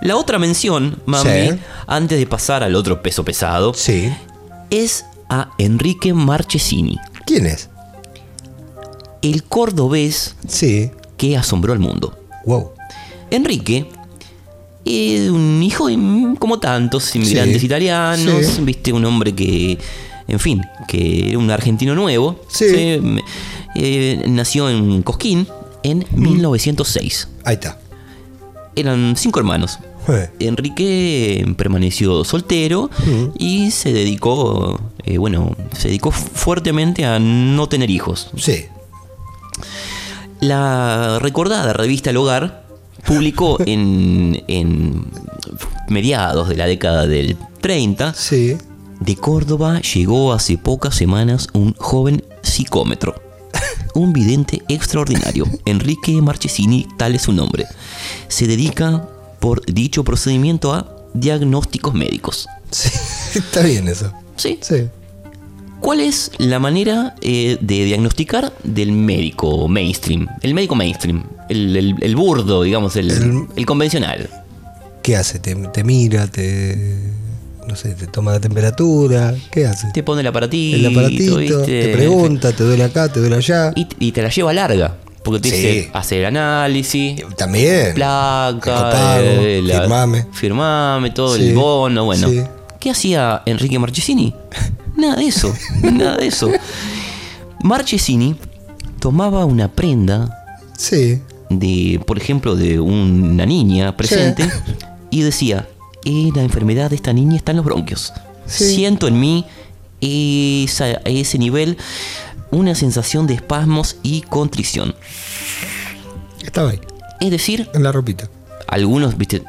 [SPEAKER 3] La otra mención, mami,
[SPEAKER 2] Sí.
[SPEAKER 3] antes de pasar al otro peso pesado,
[SPEAKER 2] Sí.
[SPEAKER 3] es a Enrique Marchesini,
[SPEAKER 2] ¿Quién es?
[SPEAKER 3] el cordobés
[SPEAKER 2] Sí.
[SPEAKER 3] que asombró al mundo.
[SPEAKER 2] Wow.
[SPEAKER 3] Enrique es un hijo de, mm, como tantos inmigrantes
[SPEAKER 2] Sí.
[SPEAKER 3] italianos,
[SPEAKER 2] Sí.
[SPEAKER 3] viste, un hombre que, en fin, que era un argentino nuevo.
[SPEAKER 2] Sí.
[SPEAKER 3] me- eh, nació en Cosquín en 1906.
[SPEAKER 2] Mm. Ahí está.
[SPEAKER 3] Eran cinco hermanos.
[SPEAKER 2] Eh,
[SPEAKER 3] Enrique permaneció soltero
[SPEAKER 2] Mm.
[SPEAKER 3] y se dedicó, eh, bueno, se dedicó fuertemente a no tener hijos.
[SPEAKER 2] Sí.
[SPEAKER 3] La recordada revista El Hogar publicó en, en mediados de la década del 30,
[SPEAKER 2] Sí.
[SPEAKER 3] de Córdoba llegó hace pocas semanas un joven psicómetro. Un vidente extraordinario, Enrique Marchesini, tal es su nombre. Se dedica por dicho procedimiento a diagnósticos médicos.
[SPEAKER 2] Sí. Está bien eso.
[SPEAKER 3] ¿Sí?
[SPEAKER 2] Sí.
[SPEAKER 3] ¿Cuál es la manera eh, de diagnosticar del médico mainstream? El médico mainstream, el, el- el burdo, digamos, el,
[SPEAKER 2] El-
[SPEAKER 3] el convencional.
[SPEAKER 2] ¿Qué hace? ¿Te, te mira? ¿Te.? No sé, te toma la temperatura. ¿Qué hace?
[SPEAKER 3] Te pone el aparatito,
[SPEAKER 2] El aparatito.
[SPEAKER 3] ¿viste?
[SPEAKER 2] Te pregunta, te duele acá, te duele allá.
[SPEAKER 3] Y, y te la lleva larga, porque te
[SPEAKER 2] Sí.
[SPEAKER 3] dice, hace el análisis,
[SPEAKER 2] También.
[SPEAKER 3] placa,
[SPEAKER 2] copago,
[SPEAKER 3] eh, la-
[SPEAKER 2] firmame.
[SPEAKER 3] firmame, todo
[SPEAKER 2] Sí.
[SPEAKER 3] el bono, bueno.
[SPEAKER 2] Sí.
[SPEAKER 3] ¿Qué hacía Enrique Marchesini? Nada de eso, nada de eso. Marchesini tomaba una prenda
[SPEAKER 2] Sí.
[SPEAKER 3] de, por ejemplo, de una niña presente y decía, "Eh, la enfermedad de esta niña está en los bronquios.
[SPEAKER 2] Sí.
[SPEAKER 3] Siento en mí esa- a ese nivel una sensación de espasmos y contrición.
[SPEAKER 2] Estaba ahí.
[SPEAKER 3] Es decir,
[SPEAKER 2] En la ropita.
[SPEAKER 3] algunos, viste,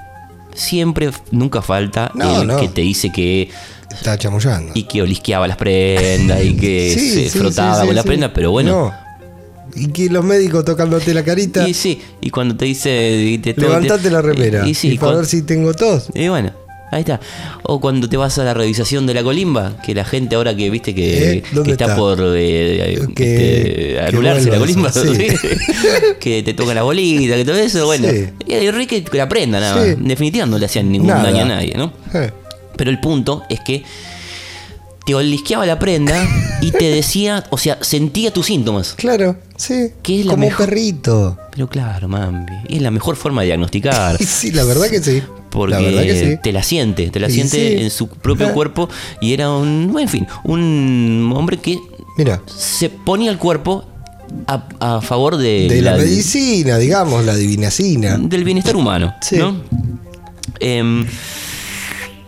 [SPEAKER 3] siempre, nunca falta
[SPEAKER 2] No,
[SPEAKER 3] el
[SPEAKER 2] no.
[SPEAKER 3] que te dice que...
[SPEAKER 2] Estaba chamullando.
[SPEAKER 3] Y que olisqueaba las prendas y que
[SPEAKER 2] Sí,
[SPEAKER 3] se
[SPEAKER 2] sí,
[SPEAKER 3] frotaba
[SPEAKER 2] sí, sí,
[SPEAKER 3] con la
[SPEAKER 2] sí.
[SPEAKER 3] prenda, pero bueno,
[SPEAKER 2] No. Y que los médicos tocándote la carita.
[SPEAKER 3] Y sí, y cuando te dice. y te- te-
[SPEAKER 2] levantate
[SPEAKER 3] te-
[SPEAKER 2] la remera.
[SPEAKER 3] Y, sí,
[SPEAKER 2] y para
[SPEAKER 3] cuan-
[SPEAKER 2] ver si tengo tos.
[SPEAKER 3] y bueno, ahí está. O cuando te vas a la revisación de la colimba, que la gente ahora que viste que,
[SPEAKER 2] ¿Eh? ¿Dónde
[SPEAKER 3] que está,
[SPEAKER 2] está?
[SPEAKER 3] por eh,
[SPEAKER 2] Que-
[SPEAKER 3] este,
[SPEAKER 2] que
[SPEAKER 3] anularse la colimba,
[SPEAKER 2] vuelva eso, sí.
[SPEAKER 3] que te toca la bolita, que todo eso, bueno.
[SPEAKER 2] Sí.
[SPEAKER 3] Y a Enrique que la prenda nada más.
[SPEAKER 2] Sí.
[SPEAKER 3] En definitiva no le hacían ningún
[SPEAKER 2] Nada.
[SPEAKER 3] daño a nadie, ¿no?
[SPEAKER 2] Eh,
[SPEAKER 3] Pero el punto es que te olisqueaba la prenda y te decía, o sea, sentía tus síntomas.
[SPEAKER 2] Claro, sí.
[SPEAKER 3] ¿Qué es la
[SPEAKER 2] Como
[SPEAKER 3] mejor-
[SPEAKER 2] un perrito.
[SPEAKER 3] Pero claro, mami, es la mejor forma de diagnosticar.
[SPEAKER 2] Sí, la verdad que sí.
[SPEAKER 3] Porque
[SPEAKER 2] la verdad que sí.
[SPEAKER 3] te la siente, te la
[SPEAKER 2] Y
[SPEAKER 3] siente
[SPEAKER 2] sí.
[SPEAKER 3] en su propio
[SPEAKER 2] Ah.
[SPEAKER 3] cuerpo y era un, bueno, en fin, un hombre que
[SPEAKER 2] Mira,
[SPEAKER 3] se ponía el cuerpo a, a favor de,
[SPEAKER 2] de la,
[SPEAKER 3] la- Mm.
[SPEAKER 2] medicina, digamos, la divinacina.
[SPEAKER 3] del bienestar humano.
[SPEAKER 2] Sí.
[SPEAKER 3] ¿no? Em,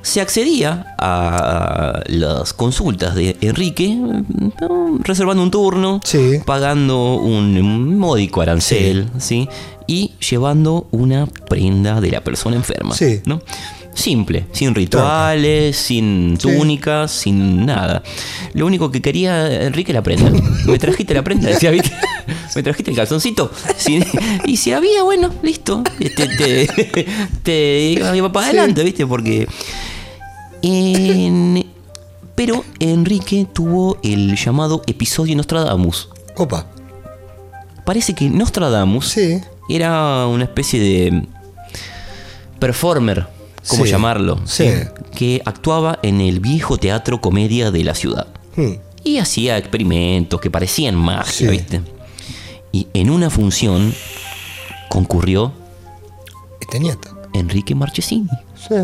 [SPEAKER 3] se accedía a las consultas de Enrique em, reservando un turno,
[SPEAKER 2] Sí.
[SPEAKER 3] pagando un módico arancel, ¿sí? Y llevando una prenda de la persona enferma.
[SPEAKER 2] Sí.
[SPEAKER 3] ¿no? Simple, sin rituales, sin
[SPEAKER 2] Sí.
[SPEAKER 3] túnicas, sin nada. Lo único que quería Enrique era la prenda. Me trajiste la prenda, decía, ¿viste? Me trajiste el calzoncito. Sí, Y si había, bueno, listo. Este, Te, te, iba- iba para adelante, ¿viste? Porque. en- pero Enrique tuvo el llamado episodio Nostradamus.
[SPEAKER 2] Opa,
[SPEAKER 3] Parece que Nostradamus
[SPEAKER 2] sí.
[SPEAKER 3] era una especie de performer, ¿cómo
[SPEAKER 2] Sí,
[SPEAKER 3] llamarlo?
[SPEAKER 2] sí.
[SPEAKER 3] Que actuaba en el viejo teatro comedia de la ciudad.
[SPEAKER 2] Hmm,
[SPEAKER 3] Y hacía experimentos que parecían magia,
[SPEAKER 2] Sí.
[SPEAKER 3] ¿viste? Y en una función concurrió
[SPEAKER 2] Este nieto.
[SPEAKER 3] Enrique Marchesini.
[SPEAKER 2] Sí.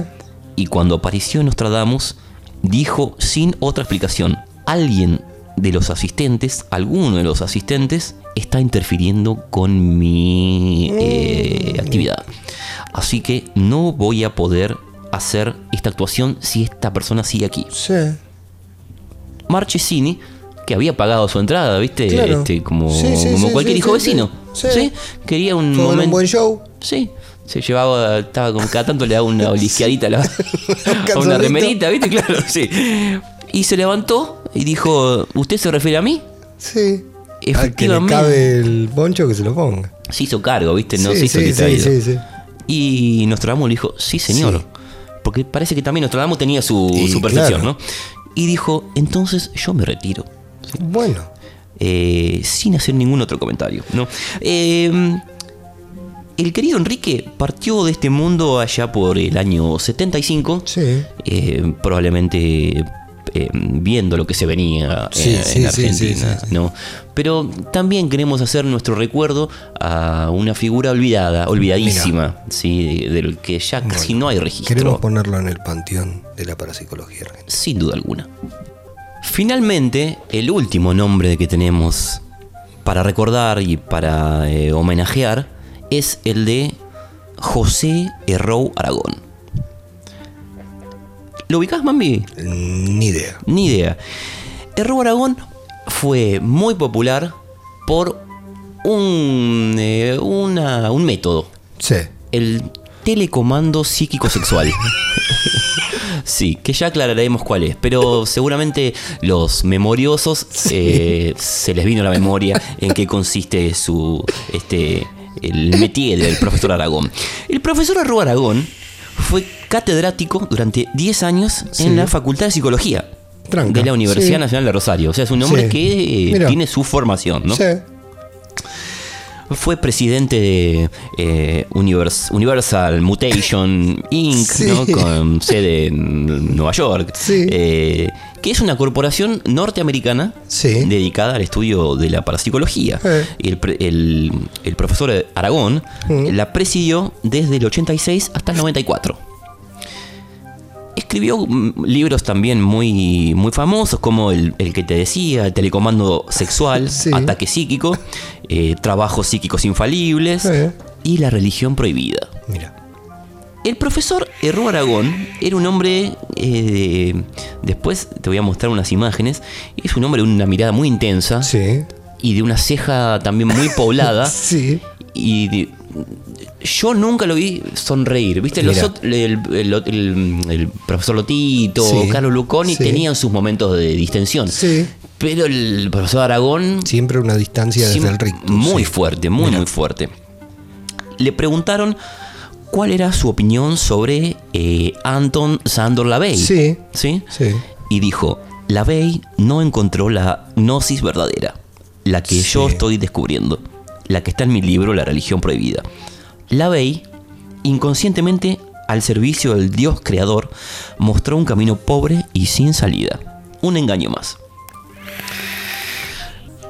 [SPEAKER 3] Y cuando apareció en Nostradamus, dijo sin otra explicación, alguien de los asistentes, alguno de los asistentes, está interfiriendo con mi eh,
[SPEAKER 2] Mm.
[SPEAKER 3] actividad. Así que no voy a poder hacer esta actuación si esta persona sigue aquí.
[SPEAKER 2] Sí.
[SPEAKER 3] Marchesini, que había pagado su entrada, ¿viste?
[SPEAKER 2] Claro.
[SPEAKER 3] Este, como,
[SPEAKER 2] Sí, sí,
[SPEAKER 3] como
[SPEAKER 2] sí,
[SPEAKER 3] cualquier
[SPEAKER 2] sí,
[SPEAKER 3] hijo
[SPEAKER 2] sí,
[SPEAKER 3] vecino.
[SPEAKER 2] sí.
[SPEAKER 3] Sí.
[SPEAKER 2] Sí.
[SPEAKER 3] Quería un
[SPEAKER 2] Fue
[SPEAKER 3] momento.
[SPEAKER 2] un buen show.
[SPEAKER 3] Sí. Se llevaba, estaba con cada tanto le daba una olisqueadita a, la- a una
[SPEAKER 2] calzonito.
[SPEAKER 3] remerita, ¿viste? Claro, sí. Y se levantó y dijo, ¿usted se refiere a mí?
[SPEAKER 2] Sí. Al que le
[SPEAKER 3] Efectivamente.
[SPEAKER 2] cabe el poncho que se lo ponga.
[SPEAKER 3] Se hizo cargo, ¿viste? No
[SPEAKER 2] Sí,
[SPEAKER 3] se hizo
[SPEAKER 2] sí,
[SPEAKER 3] el
[SPEAKER 2] sí,
[SPEAKER 3] distraído.
[SPEAKER 2] sí, sí.
[SPEAKER 3] Y Nostradamus le dijo, sí, señor.
[SPEAKER 2] Sí.
[SPEAKER 3] Porque parece que también Nostradamus tenía su,
[SPEAKER 2] Y
[SPEAKER 3] su percepción,
[SPEAKER 2] claro.
[SPEAKER 3] ¿no? Y dijo, entonces yo me retiro.
[SPEAKER 2] Bueno.
[SPEAKER 3] eh, sin hacer ningún otro comentario. ¿no? Eh, el querido Enrique partió de este mundo allá por el año 75,
[SPEAKER 2] Sí.
[SPEAKER 3] eh, probablemente eh, viendo lo que se venía eh,
[SPEAKER 2] Sí, sí,
[SPEAKER 3] en
[SPEAKER 2] sí,
[SPEAKER 3] Argentina.
[SPEAKER 2] sí, sí, sí.
[SPEAKER 3] ¿no? Pero también queremos hacer nuestro recuerdo a una figura olvidada, olvidadísima, ¿sí? de- del que ya casi no hay registro
[SPEAKER 2] Queremos ponerlo en el panteón de la parapsicología argentina.
[SPEAKER 3] sin duda alguna. Finalmente, el último nombre que tenemos para recordar y para eh, homenajear es el de José Herrou Aragón. ¿Lo ubicás, Mambi?
[SPEAKER 2] Ni idea.
[SPEAKER 3] Ni idea. Herrou Aragón fue muy popular por un, eh, una- un método,
[SPEAKER 2] Sí.
[SPEAKER 3] el telecomando psíquico sexual. Sí, que ya aclararemos cuál es, pero seguramente los memoriosos eh, se les vino a la memoria en qué consiste su este el métier del profesor Aragón. El profesor Arrua Aragón fue catedrático durante 10 años en la Facultad de Psicología
[SPEAKER 2] Tranca,
[SPEAKER 3] de la Universidad
[SPEAKER 2] sí.
[SPEAKER 3] Nacional de Rosario. O sea, es un hombre
[SPEAKER 2] Sí.
[SPEAKER 3] que eh,
[SPEAKER 2] Mirá.
[SPEAKER 3] tiene su formación, ¿no?
[SPEAKER 2] Sí.
[SPEAKER 3] Fue presidente de eh, Univers- Universal Mutation Inc.,
[SPEAKER 2] Sí.
[SPEAKER 3] ¿no? con sede en Nueva York,
[SPEAKER 2] Sí.
[SPEAKER 3] eh, que es una corporación norteamericana
[SPEAKER 2] Sí.
[SPEAKER 3] dedicada al estudio de la parapsicología.
[SPEAKER 2] Eh.
[SPEAKER 3] Y El, pre- el- el profesor Aragón
[SPEAKER 2] Mm.
[SPEAKER 3] la presidió desde el 86 hasta el 94. Escribió mm, libros también muy, muy famosos, como el, el que te decía, el Telecomando Sexual,
[SPEAKER 2] Sí.
[SPEAKER 3] Ataque Psíquico, eh, Trabajos Psíquicos Infalibles
[SPEAKER 2] Eh.
[SPEAKER 3] y La Religión Prohibida.
[SPEAKER 2] Mira.
[SPEAKER 3] El profesor Herrú Aragón era un hombre, eh, de- después te voy a mostrar unas imágenes, es un hombre de una mirada muy intensa
[SPEAKER 2] Sí.
[SPEAKER 3] y de una ceja también muy poblada.
[SPEAKER 2] Sí.
[SPEAKER 3] Y de- yo nunca lo vi sonreír. ¿Viste? Los
[SPEAKER 2] Mira.
[SPEAKER 3] ot- el, el- el- el profesor Lotito,
[SPEAKER 2] Sí,
[SPEAKER 3] Carlos Luconi
[SPEAKER 2] sí.
[SPEAKER 3] tenían sus momentos de distensión.
[SPEAKER 2] Sí.
[SPEAKER 3] Pero el profesor Aragón.
[SPEAKER 2] Siempre una distancia desde
[SPEAKER 3] siem-
[SPEAKER 2] el rictus.
[SPEAKER 3] Muy
[SPEAKER 2] sí.
[SPEAKER 3] fuerte, muy, muy fuerte. Le preguntaron cuál era su opinión sobre eh, Anton Sandor LaVey.
[SPEAKER 2] Sí.
[SPEAKER 3] ¿Sí?
[SPEAKER 2] Sí.
[SPEAKER 3] y dijo, la Bey no encontró la gnosis verdadera, la que yo
[SPEAKER 2] Sí.
[SPEAKER 3] estoy descubriendo, la que está en mi libro La religión prohibida. La Bey, inconscientemente al servicio del Dios creador, mostró un camino pobre y sin salida, un engaño más.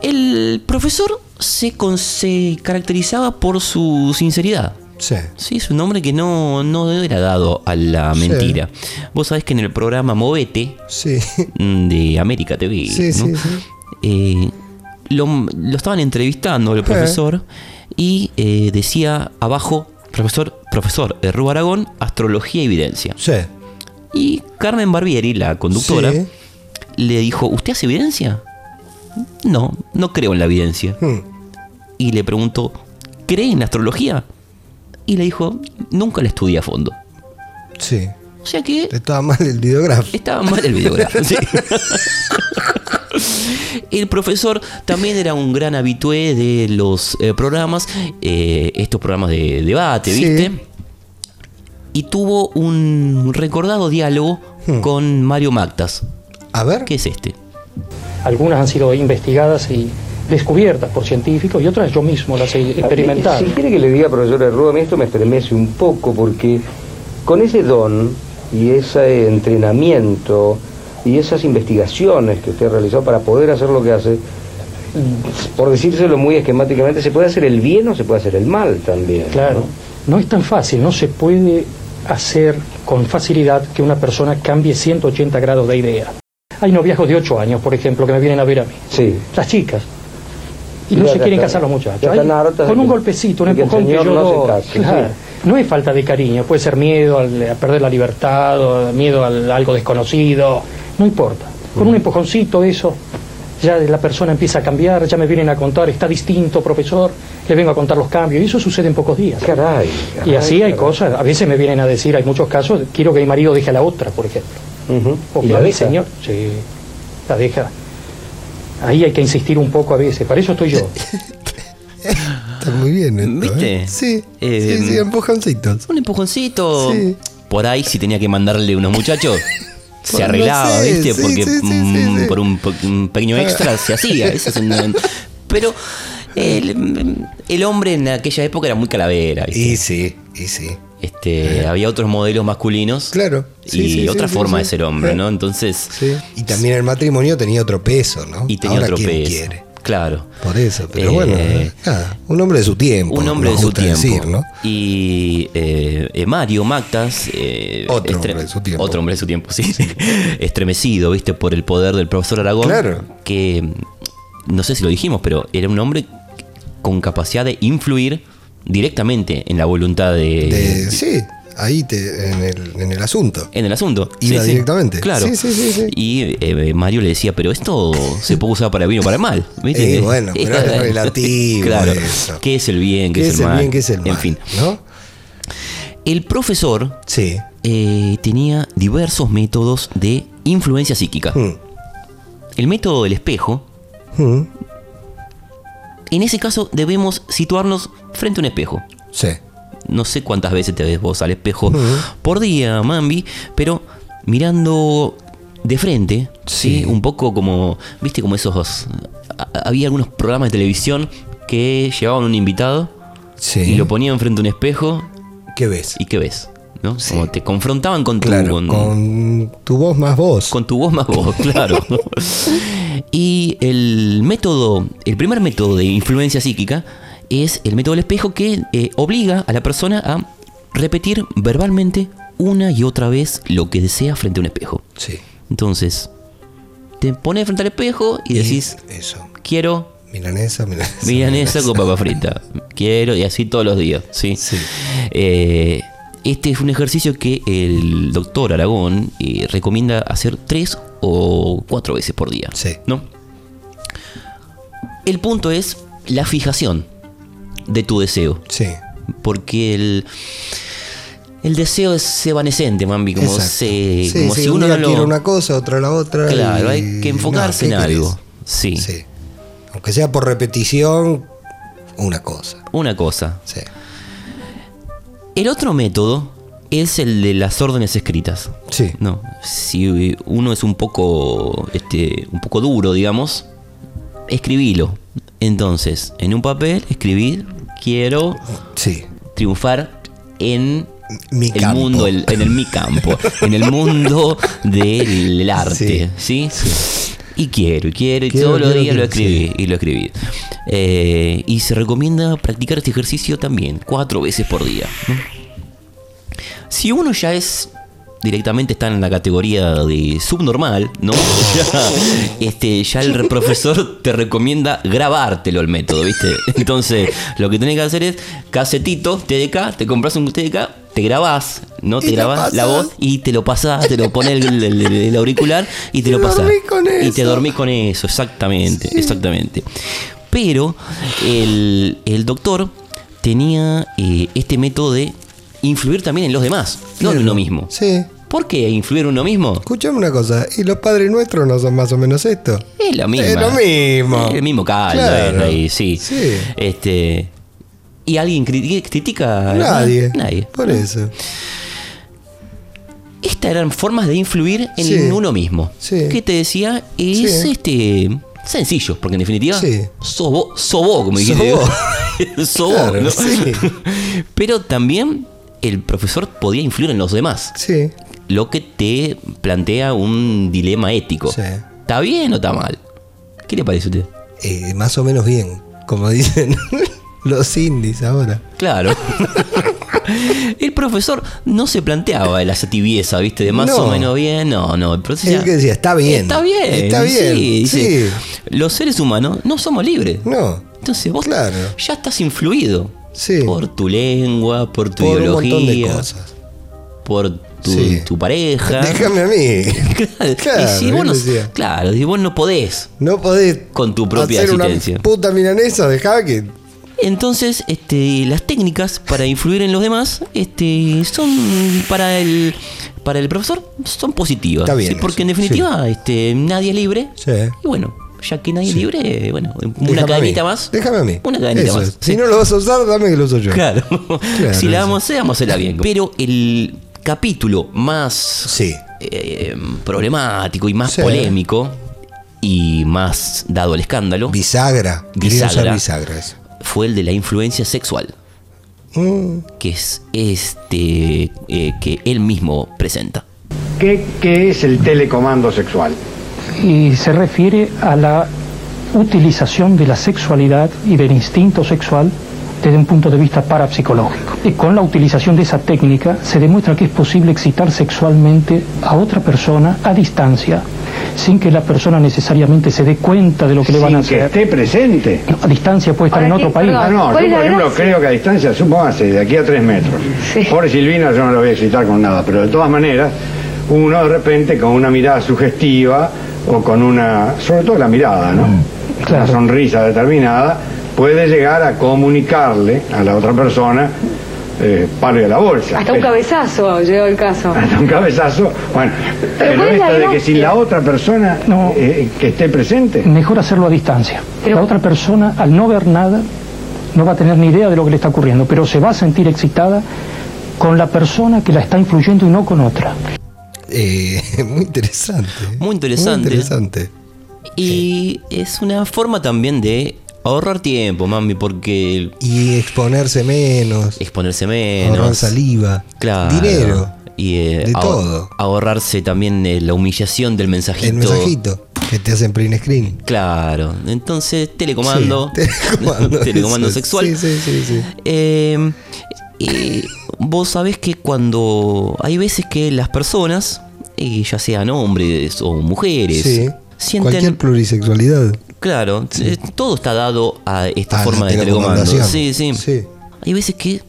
[SPEAKER 3] El profesor se, con- se caracterizaba por su sinceridad,
[SPEAKER 2] Sí.
[SPEAKER 3] Sí, es un hombre que no, no era dado a la
[SPEAKER 2] Sí.
[SPEAKER 3] mentira. Vos sabés que en el programa Movete
[SPEAKER 2] Sí.
[SPEAKER 3] mm, de América TV,
[SPEAKER 2] Sí,
[SPEAKER 3] ¿no?
[SPEAKER 2] sí, sí.
[SPEAKER 3] Eh, lo, lo estaban entrevistando el profesor y eh, decía abajo, profesor, profesor, Rú Aragón, astrología y evidencia.
[SPEAKER 2] Sí.
[SPEAKER 3] Y Carmen Barbieri, la conductora,
[SPEAKER 2] Sí.
[SPEAKER 3] le dijo, ¿usted hace evidencia? No, no creo en la evidencia
[SPEAKER 2] Hmm.
[SPEAKER 3] y le preguntó, ¿cree en la astrología? Y le dijo, nunca la estudié a fondo.
[SPEAKER 2] Sí.
[SPEAKER 3] O sea que
[SPEAKER 2] Estaba mal el videógrafo.
[SPEAKER 3] estaba mal el videógrafo. sí. El profesor también era un gran habitué de los eh, programas, eh, estos programas de debate,
[SPEAKER 2] Sí.
[SPEAKER 3] ¿viste? Y tuvo un recordado diálogo
[SPEAKER 2] Hmm.
[SPEAKER 3] con Mario Mactas,
[SPEAKER 2] A ver.
[SPEAKER 3] que es este.
[SPEAKER 10] Algunas han sido investigadas y descubiertas por científicos y otras yo mismo las he experimentado.
[SPEAKER 11] Si quiere que le diga, profesor Herrúa, a mí esto me estremece un poco porque con ese don y ese entrenamiento y esas investigaciones que usted ha realizado para poder hacer lo que hace, por decírselo muy esquemáticamente, se puede hacer el bien o se puede hacer el mal también.
[SPEAKER 10] Claro, no es tan fácil, no se puede hacer con facilidad que una persona cambie 180 grados de idea. Hay noviazgos de 8 años, por ejemplo, que me vienen a ver a mí.
[SPEAKER 11] Sí.
[SPEAKER 10] Las chicas. Y
[SPEAKER 11] Ya,
[SPEAKER 10] no se
[SPEAKER 11] ya
[SPEAKER 10] quieren
[SPEAKER 11] está.
[SPEAKER 10] casar los muchachos.
[SPEAKER 11] Ya están
[SPEAKER 10] Hay-
[SPEAKER 11] hartas de
[SPEAKER 10] con un
[SPEAKER 11] que-
[SPEAKER 10] golpecito, un
[SPEAKER 11] de que el
[SPEAKER 10] empujón que
[SPEAKER 11] señor
[SPEAKER 10] yo
[SPEAKER 11] no se
[SPEAKER 10] doy.
[SPEAKER 11] case,
[SPEAKER 10] Claro.
[SPEAKER 11] sí.
[SPEAKER 10] No es falta de cariño, puede ser miedo al- a perder la libertad, o miedo al- a algo desconocido, no importa. Con
[SPEAKER 11] Mm.
[SPEAKER 10] un empujoncito eso, ya la persona empieza a cambiar, ya me vienen a contar, está distinto, profesor, le vengo a contar los cambios, y eso sucede en pocos días.
[SPEAKER 11] Caray.
[SPEAKER 10] y así hay cosas, a veces me vienen a decir, hay muchos casos, quiero que mi marido deje a la otra, por ejemplo. O
[SPEAKER 11] ¿Y
[SPEAKER 10] que
[SPEAKER 11] la
[SPEAKER 10] a mi
[SPEAKER 11] deja?
[SPEAKER 10] señor, sí, la deja. Ahí hay que insistir un poco a veces, para eso estoy yo.
[SPEAKER 2] Está muy bien esto,
[SPEAKER 3] ¿Viste?
[SPEAKER 2] ¿eh? Sí,
[SPEAKER 3] Eh,
[SPEAKER 2] sí, sí, empujoncitos.
[SPEAKER 3] Un empujoncito.
[SPEAKER 2] Sí.
[SPEAKER 3] Por ahí si tenía que mandarle unos muchachos.
[SPEAKER 2] Pues
[SPEAKER 3] Se
[SPEAKER 2] no
[SPEAKER 3] arreglaba,
[SPEAKER 2] sé,
[SPEAKER 3] ¿viste?
[SPEAKER 2] sí,
[SPEAKER 3] Porque
[SPEAKER 2] sí, sí, sí,
[SPEAKER 3] mm,
[SPEAKER 2] sí.
[SPEAKER 3] por un, po- un pequeño extra se hacía. Eso es un- pero el, el hombre en aquella época era muy calavera. ¿viste?
[SPEAKER 2] Y sí, y sí.
[SPEAKER 3] Este, había otros modelos masculinos.
[SPEAKER 2] Claro. Sí,
[SPEAKER 3] y
[SPEAKER 2] sí, sí,
[SPEAKER 3] otra
[SPEAKER 2] sí,
[SPEAKER 3] forma
[SPEAKER 2] sí. Eh.
[SPEAKER 3] de ser hombre,
[SPEAKER 2] Sí.
[SPEAKER 3] ¿no? Entonces.
[SPEAKER 2] Y también el matrimonio tenía otro peso, ¿no?
[SPEAKER 3] Y tenía
[SPEAKER 2] Ahora,
[SPEAKER 3] otro
[SPEAKER 2] ¿quién
[SPEAKER 3] peso.
[SPEAKER 2] quiere?
[SPEAKER 3] Claro.
[SPEAKER 2] Por eso, pero
[SPEAKER 3] Eh,
[SPEAKER 2] bueno,
[SPEAKER 11] Ah,
[SPEAKER 2] nada, un hombre de su tiempo.
[SPEAKER 3] Un hombre de
[SPEAKER 2] nos
[SPEAKER 3] su
[SPEAKER 2] gusta
[SPEAKER 3] tiempo.
[SPEAKER 2] decir, ¿no?
[SPEAKER 3] Y eh, eh, Mario Mactas. eh,
[SPEAKER 2] Otro
[SPEAKER 3] estre-
[SPEAKER 2] hombre de su tiempo.
[SPEAKER 3] Otro hombre de su tiempo, sí. Estremecido, viste, por el poder del profesor Aragón.
[SPEAKER 2] Claro.
[SPEAKER 3] Que mm, no sé si lo dijimos, pero era un hombre con capacidad de influir directamente en la voluntad de.
[SPEAKER 2] Eh, sí, ahí te, en, el, en el asunto.
[SPEAKER 3] en el asunto.
[SPEAKER 2] Iba directamente.
[SPEAKER 3] Claro.
[SPEAKER 2] Sí, sí, sí, sí.
[SPEAKER 3] Y eh, Mario le decía, pero esto se puede usar para bien o para mal. ¿viste?
[SPEAKER 2] Eh, bueno, pero es relativo
[SPEAKER 3] claro.
[SPEAKER 2] eso.
[SPEAKER 3] ¿Qué es el bien? ¿Qué, es el mal?
[SPEAKER 2] bien? ¿Qué es el mal?
[SPEAKER 3] En fin.
[SPEAKER 2] ¿No?
[SPEAKER 3] El profesor
[SPEAKER 2] Sí.
[SPEAKER 3] eh, tenía diversos métodos de influencia psíquica.
[SPEAKER 2] Mm.
[SPEAKER 3] El método del espejo,
[SPEAKER 2] Mm.
[SPEAKER 3] en ese caso debemos situarnos frente a un espejo.
[SPEAKER 2] Sí.
[SPEAKER 3] No sé cuántas veces te ves vos al espejo
[SPEAKER 2] Ujú.
[SPEAKER 3] por día, Mambi, pero mirando de frente, sí.
[SPEAKER 2] Sí.
[SPEAKER 3] un poco como, viste, como esos. a- Había algunos programas de televisión que llevaban un invitado
[SPEAKER 2] Sí.
[SPEAKER 3] y lo ponían frente a un espejo
[SPEAKER 2] ¿Qué ves?
[SPEAKER 3] y ¿qué ves? ¿No? Como te confrontaban con tu,
[SPEAKER 2] Claro,
[SPEAKER 3] con,
[SPEAKER 2] con tu voz más voz.
[SPEAKER 3] con tu voz más voz, claro. y el método, el primer método de influencia psíquica es el método del espejo que eh, obliga a la persona a repetir verbalmente una y otra vez lo que desea frente a un espejo.
[SPEAKER 2] Sí.
[SPEAKER 3] Entonces, te pones frente al espejo y decís,
[SPEAKER 2] Eso.
[SPEAKER 3] quiero
[SPEAKER 2] Milanesa, milanesa.
[SPEAKER 3] milanesa con papa frita. Quiero, y así todos los días, ¿sí?
[SPEAKER 2] Sí.
[SPEAKER 3] Eh, este es un ejercicio que el doctor Aragón eh, recomienda hacer tres o cuatro veces por día.
[SPEAKER 2] Sí.
[SPEAKER 3] ¿No? El punto es la fijación de tu deseo.
[SPEAKER 2] Sí.
[SPEAKER 3] Porque el. El deseo es evanescente, Mambi, como,
[SPEAKER 2] Exacto.
[SPEAKER 3] se,
[SPEAKER 2] Sí,
[SPEAKER 3] como
[SPEAKER 2] sí,
[SPEAKER 3] si
[SPEAKER 2] un
[SPEAKER 3] uno
[SPEAKER 2] día
[SPEAKER 3] no lo.
[SPEAKER 2] quiere una cosa, otra la otra.
[SPEAKER 3] Claro,
[SPEAKER 2] y-
[SPEAKER 3] hay que enfocarse
[SPEAKER 2] No,
[SPEAKER 3] en
[SPEAKER 2] ¿qué querés?
[SPEAKER 3] algo. Sí,
[SPEAKER 2] Sí. Aunque sea por repetición, una cosa.
[SPEAKER 3] Una cosa.
[SPEAKER 2] Sí.
[SPEAKER 3] El otro método es el de las órdenes escritas.
[SPEAKER 2] Sí.
[SPEAKER 3] No, si uno es un poco, este, un poco duro, digamos, escribilo. Entonces, en un papel, escribir, quiero
[SPEAKER 2] Sí.
[SPEAKER 3] triunfar en
[SPEAKER 2] Mi
[SPEAKER 3] el
[SPEAKER 2] campo.
[SPEAKER 3] mundo, el- en el mi campo, en el mundo del arte, ¿sí? Y quiero, y quiero, y
[SPEAKER 2] Quiero,
[SPEAKER 3] todos los
[SPEAKER 2] quiero,
[SPEAKER 3] días lo
[SPEAKER 2] quiero,
[SPEAKER 3] escribí, y lo escribí. Eh, y se recomienda practicar este ejercicio también, cuatro veces por día. ¿no? Si uno ya es directamente está en la categoría de subnormal, ¿no? Ya, este, ya el profesor te recomienda grabártelo el método, ¿viste? Entonces, lo que tenés que hacer es casetito, TDK, te compras un TDK, te grabás, ¿no? Te
[SPEAKER 2] Y lo
[SPEAKER 3] grabás la
[SPEAKER 2] pasás.
[SPEAKER 3] voz y te lo pasás, te lo pones el, el- el- el auricular y te lo pasás.
[SPEAKER 2] dormí con
[SPEAKER 3] Y te
[SPEAKER 2] eso.
[SPEAKER 3] dormís con eso, exactamente, exactamente. Pero el, el doctor tenía eh, este método de influir también en los demás, no en uno mismo.
[SPEAKER 2] Sí.
[SPEAKER 3] ¿Por qué influir en uno mismo?
[SPEAKER 2] Escuchame una cosa, ¿y los padres nuestros no son más o menos esto?
[SPEAKER 3] Es lo mismo.
[SPEAKER 2] Es lo mismo.
[SPEAKER 3] Es el mismo caldo,
[SPEAKER 2] Claro.
[SPEAKER 3] es ahí, sí.
[SPEAKER 2] Sí.
[SPEAKER 3] Este, ¿Y alguien cri- critica? a
[SPEAKER 2] Nadie.
[SPEAKER 3] Nadie.
[SPEAKER 2] Por eso.
[SPEAKER 3] Estas eran formas de influir en
[SPEAKER 2] Sí.
[SPEAKER 3] uno mismo.
[SPEAKER 2] Sí.
[SPEAKER 3] ¿Qué te decía? Es
[SPEAKER 2] Sí.
[SPEAKER 3] este. Sencillo, porque en definitiva,
[SPEAKER 2] Sí.
[SPEAKER 3] sos vos, sos vos, como dijiste.
[SPEAKER 2] Sos
[SPEAKER 3] Sos vos,
[SPEAKER 2] Claro,
[SPEAKER 3] ¿no?
[SPEAKER 2] sí.
[SPEAKER 3] Pero también el profesor podía influir en los demás.
[SPEAKER 2] Sí.
[SPEAKER 3] lo que te plantea un dilema ético.
[SPEAKER 2] Sí.
[SPEAKER 3] ¿Está bien o está mal? ¿Qué le parece a usted?
[SPEAKER 2] eh, más o menos bien, como dicen los indies ahora.
[SPEAKER 3] Claro. el profesor no se planteaba el hacer tibieza, ¿viste? De más
[SPEAKER 2] No.
[SPEAKER 3] o menos bien. No, no. El profesor
[SPEAKER 2] Él que decía, está bien.
[SPEAKER 3] Está bien.
[SPEAKER 2] Está bien.
[SPEAKER 3] sí, dice,
[SPEAKER 2] sí.
[SPEAKER 3] Los seres humanos no somos libres.
[SPEAKER 2] No.
[SPEAKER 3] Entonces vos
[SPEAKER 2] Claro.
[SPEAKER 3] ya estás influido. Por tu lengua, por tu
[SPEAKER 2] Por un
[SPEAKER 3] ideología.
[SPEAKER 2] montón de cosas.
[SPEAKER 3] Por tu,
[SPEAKER 2] Sí.
[SPEAKER 3] tu pareja.
[SPEAKER 2] Déjame a mí.
[SPEAKER 3] Claro,
[SPEAKER 2] Claro,
[SPEAKER 3] y si vos
[SPEAKER 2] él
[SPEAKER 3] no,
[SPEAKER 2] decía.
[SPEAKER 3] claro, y vos no podés
[SPEAKER 2] No podés
[SPEAKER 3] con tu propia
[SPEAKER 2] hacer
[SPEAKER 3] existencia.
[SPEAKER 2] una puta milanesa, dejá que.
[SPEAKER 3] Entonces, este, las técnicas para influir en los demás, este, son para el para el profesor son positivas,
[SPEAKER 2] Está bien
[SPEAKER 3] ¿sí? porque en
[SPEAKER 2] eso,
[SPEAKER 3] definitiva, este, nadie es libre.
[SPEAKER 2] Sí.
[SPEAKER 3] Y bueno, ya que nadie es
[SPEAKER 2] ¿Eh? Sí.
[SPEAKER 3] libre, bueno, una
[SPEAKER 2] Déjame a
[SPEAKER 3] cadenita
[SPEAKER 2] mí.
[SPEAKER 3] más.
[SPEAKER 2] Déjame a mí.
[SPEAKER 3] Una cadenita
[SPEAKER 2] Eso
[SPEAKER 3] más.
[SPEAKER 2] es. Si no lo vas a usar, dame que lo uso yo.
[SPEAKER 3] Claro.
[SPEAKER 2] Claro,
[SPEAKER 3] si la
[SPEAKER 2] eso.
[SPEAKER 3] vamos a hacer, vamos a hacerla bien. Pero el capítulo más eh, problemático y más
[SPEAKER 2] Sí.
[SPEAKER 3] polémico y más dado al escándalo
[SPEAKER 2] Bisagra. Quería usar
[SPEAKER 3] Bisagra.
[SPEAKER 2] bisagra, eso.
[SPEAKER 3] fue el de la influencia sexual,
[SPEAKER 2] Mm.
[SPEAKER 3] que es este eh, que él mismo presenta.
[SPEAKER 8] ¿Qué, ¿Qué es el telecomando sexual?
[SPEAKER 10] y se refiere a la utilización de la sexualidad y del instinto sexual desde un punto de vista parapsicológico. Y con la utilización de esa técnica se demuestra que es posible excitar sexualmente a otra persona a distancia, sin que la persona necesariamente se dé cuenta de lo que le van a
[SPEAKER 8] Sin que
[SPEAKER 10] hacer.
[SPEAKER 8] esté presente.
[SPEAKER 10] A distancia puede estar en otro país.
[SPEAKER 8] Ah, no, yo por ejemplo creo que a distancia, supóngase, de aquí a tres metros. Pobre Silvina, yo no la voy a excitar con nada, pero de todas maneras, uno de repente con una mirada sugestiva o con una, sobre todo la mirada, ¿no?
[SPEAKER 10] Mm,
[SPEAKER 8] Una sonrisa determinada, puede llegar a comunicarle a la otra persona, eh, palo de la bolsa.
[SPEAKER 9] Hasta un
[SPEAKER 8] Es-
[SPEAKER 9] cabezazo llegó el caso.
[SPEAKER 8] hasta un cabezazo, bueno, pero,
[SPEAKER 9] ¿cuál es la
[SPEAKER 8] esto de que
[SPEAKER 9] gracia?
[SPEAKER 8] si la otra persona eh, que esté presente,
[SPEAKER 10] Mejor hacerlo a distancia. La otra persona, al no ver nada, no va a tener ni idea de lo que le está ocurriendo, pero se va a sentir excitada con la persona que la está influyendo y no con otra.
[SPEAKER 2] Eh, muy interesante.
[SPEAKER 3] Muy interesante.
[SPEAKER 2] Muy interesante.
[SPEAKER 3] Y es una forma también de ahorrar tiempo, mami, porque
[SPEAKER 2] Y exponerse menos.
[SPEAKER 3] exponerse
[SPEAKER 2] Ahorrar
[SPEAKER 3] menos.
[SPEAKER 2] saliva.
[SPEAKER 3] Claro.
[SPEAKER 2] Dinero.
[SPEAKER 3] Y eh,
[SPEAKER 2] De
[SPEAKER 3] ahor-
[SPEAKER 2] todo.
[SPEAKER 3] ahorrarse también eh, la humillación del mensajito.
[SPEAKER 2] El mensajito que te hacen print screen.
[SPEAKER 3] Claro. Entonces, telecomando.
[SPEAKER 2] Sí, telecomando,
[SPEAKER 3] Telecomando
[SPEAKER 2] eso.
[SPEAKER 3] sexual.
[SPEAKER 2] Sí, sí, sí, sí.
[SPEAKER 3] Eh, eh, vos sabés que cuando hay veces que las personas, eh, ya sean hombres o mujeres,
[SPEAKER 2] Sí.
[SPEAKER 3] sienten...
[SPEAKER 2] Cualquier plurisexualidad.
[SPEAKER 3] Claro, eh, todo está dado a esta
[SPEAKER 2] A
[SPEAKER 3] forma
[SPEAKER 2] la
[SPEAKER 3] de telecomando.
[SPEAKER 2] telecomunicación.
[SPEAKER 3] Sí, sí, Hay veces que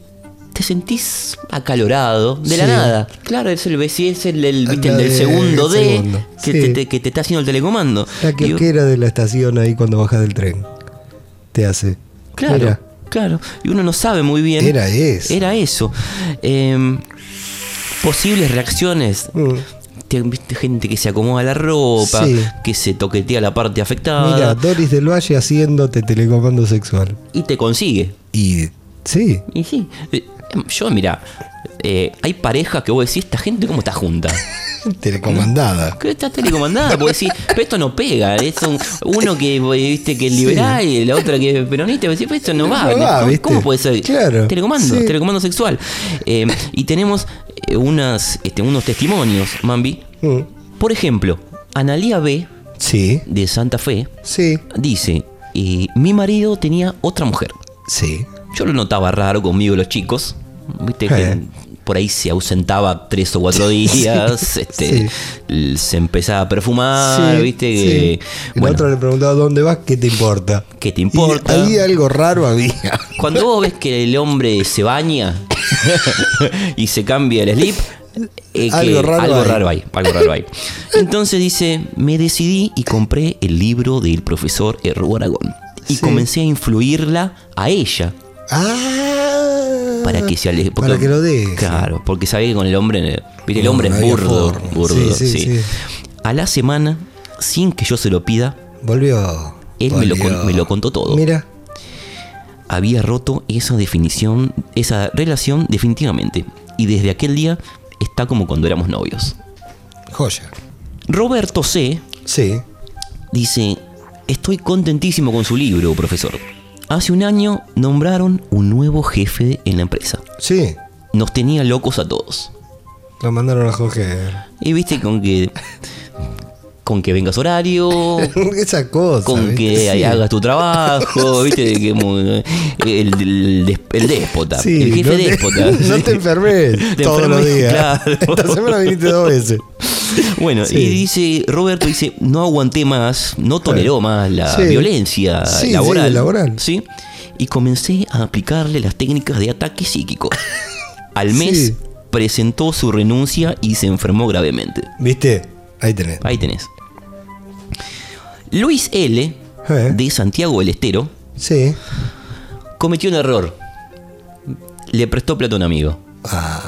[SPEAKER 3] te sentís acalorado de la
[SPEAKER 2] Sí.
[SPEAKER 3] nada. Claro, es el BCS, es el, el, viste, el
[SPEAKER 2] Ah, La
[SPEAKER 3] del
[SPEAKER 2] de-
[SPEAKER 3] segundo
[SPEAKER 2] el
[SPEAKER 3] D
[SPEAKER 2] segundo,
[SPEAKER 3] Que,
[SPEAKER 2] sí.
[SPEAKER 3] te, te- que te está haciendo el telecomando.
[SPEAKER 2] La
[SPEAKER 3] Y-
[SPEAKER 2] quioquera de la estación ahí cuando bajas del tren. Te hace.
[SPEAKER 3] Claro,
[SPEAKER 2] Mira,
[SPEAKER 3] claro. Y uno no sabe muy bien.
[SPEAKER 2] Era eso.
[SPEAKER 3] Era eso. Eh, posibles reacciones. Te- viste, Gente que se acomoda la ropa,
[SPEAKER 2] Mm. Sí.
[SPEAKER 3] que se toquetea la parte afectada
[SPEAKER 2] mira, Doris del Valle haciéndote telecomando sexual.
[SPEAKER 3] y te consigue.
[SPEAKER 2] Y sí.
[SPEAKER 3] Y sí. Eh, Yo, mira, eh, hay parejas que vos decís, esta gente cómo está junta.
[SPEAKER 2] Telecomandada.
[SPEAKER 3] ¿Qué está telecomandada? Porque decís, pero esto no pega. Es un- uno que eh, viste que es liberal y la otra que es peronista. Decís, pero esto no
[SPEAKER 2] No
[SPEAKER 3] va.
[SPEAKER 2] va,
[SPEAKER 3] ¿Cómo,
[SPEAKER 2] ¿viste?
[SPEAKER 3] cómo puede ser?
[SPEAKER 2] Claro,
[SPEAKER 3] Telecomando,
[SPEAKER 2] sí.
[SPEAKER 3] telecomando sexual. Eh, y tenemos eh, unas, este, unos testimonios, Mambi.
[SPEAKER 2] Mm.
[SPEAKER 3] Por ejemplo, Analía B.
[SPEAKER 2] Sí.
[SPEAKER 3] De Santa Fe.
[SPEAKER 2] Sí.
[SPEAKER 3] Dice, eh, mi marido tenía otra mujer.
[SPEAKER 2] Sí.
[SPEAKER 3] Yo lo notaba raro conmigo y los chicos. Viste que
[SPEAKER 2] Eh.
[SPEAKER 3] por ahí se ausentaba tres o cuatro días. este, l- Se empezaba a perfumar.
[SPEAKER 2] Sí,
[SPEAKER 3] Ah, Viste
[SPEAKER 2] sí.
[SPEAKER 3] que.
[SPEAKER 2] El
[SPEAKER 3] bueno,
[SPEAKER 2] otro le preguntaba dónde vas, ¿qué te importa?
[SPEAKER 3] ¿qué te importa?
[SPEAKER 2] Y ahí algo raro había.
[SPEAKER 3] Cuando vos ves que el hombre se baña y se cambia el slip, eh, que
[SPEAKER 2] Algo raro
[SPEAKER 3] algo
[SPEAKER 2] hay.
[SPEAKER 3] raro hay. Algo raro hay. Entonces dice, me decidí y compré el libro del profesor Errú Aragón. Y
[SPEAKER 2] Sí.
[SPEAKER 3] comencé a influirla a ella
[SPEAKER 2] Ah.
[SPEAKER 3] para que se aleje.
[SPEAKER 2] Para que lo deje.
[SPEAKER 3] Claro, porque sabía que con el hombre, viste, el hombre
[SPEAKER 2] No,
[SPEAKER 3] es
[SPEAKER 2] no había
[SPEAKER 3] burdo,
[SPEAKER 2] forma.
[SPEAKER 3] burdo,
[SPEAKER 2] Sí, sí,
[SPEAKER 3] sí.
[SPEAKER 2] sí.
[SPEAKER 3] A la semana, sin que yo se lo pida,
[SPEAKER 2] Volvió.
[SPEAKER 3] él me lo,
[SPEAKER 2] volvió.
[SPEAKER 3] con- me lo contó todo.
[SPEAKER 2] Mira,
[SPEAKER 3] Había roto esa definición, esa relación definitivamente. Y desde aquel día está como cuando éramos novios.
[SPEAKER 2] joya.
[SPEAKER 3] Roberto C.
[SPEAKER 2] Sí.
[SPEAKER 3] Dice, estoy contentísimo con su libro, profesor. Hace un año nombraron un nuevo jefe en la empresa.
[SPEAKER 2] Sí.
[SPEAKER 3] Nos tenía locos a todos.
[SPEAKER 2] Lo mandaron a Jorge.
[SPEAKER 3] Y viste con que. con que vengas horario.
[SPEAKER 2] Esa cosa.
[SPEAKER 3] Oh. Con que
[SPEAKER 2] ¿viste? Sí.
[SPEAKER 3] hagas tu trabajo, ¿viste? Que como, eh, el, el, des- el déspota.
[SPEAKER 2] Sí,
[SPEAKER 3] el jefe
[SPEAKER 2] no te-
[SPEAKER 3] déspota.
[SPEAKER 2] No te enfermes
[SPEAKER 3] pues Te
[SPEAKER 2] todos los
[SPEAKER 3] enfermes,
[SPEAKER 2] días.
[SPEAKER 3] claro.
[SPEAKER 2] Esta semana viniste dos veces.
[SPEAKER 3] Bueno,
[SPEAKER 2] Sí.
[SPEAKER 3] y dice, Roberto dice, no aguanté más, no toleró más la
[SPEAKER 2] Sí.
[SPEAKER 3] violencia
[SPEAKER 2] Sí, sí,
[SPEAKER 3] laboral.
[SPEAKER 2] laboral.
[SPEAKER 3] ¿sí? Y comencé a aplicarle las técnicas de ataque psíquico. Al mes
[SPEAKER 2] Sí.
[SPEAKER 3] presentó su renuncia y se enfermó gravemente.
[SPEAKER 2] ¿Viste? Ahí tenés.
[SPEAKER 3] Ahí tenés. Luis L.
[SPEAKER 2] Eh.
[SPEAKER 3] de Santiago del Estero
[SPEAKER 2] Sí.
[SPEAKER 3] cometió un error. Le prestó plata a un amigo.
[SPEAKER 2] Ah,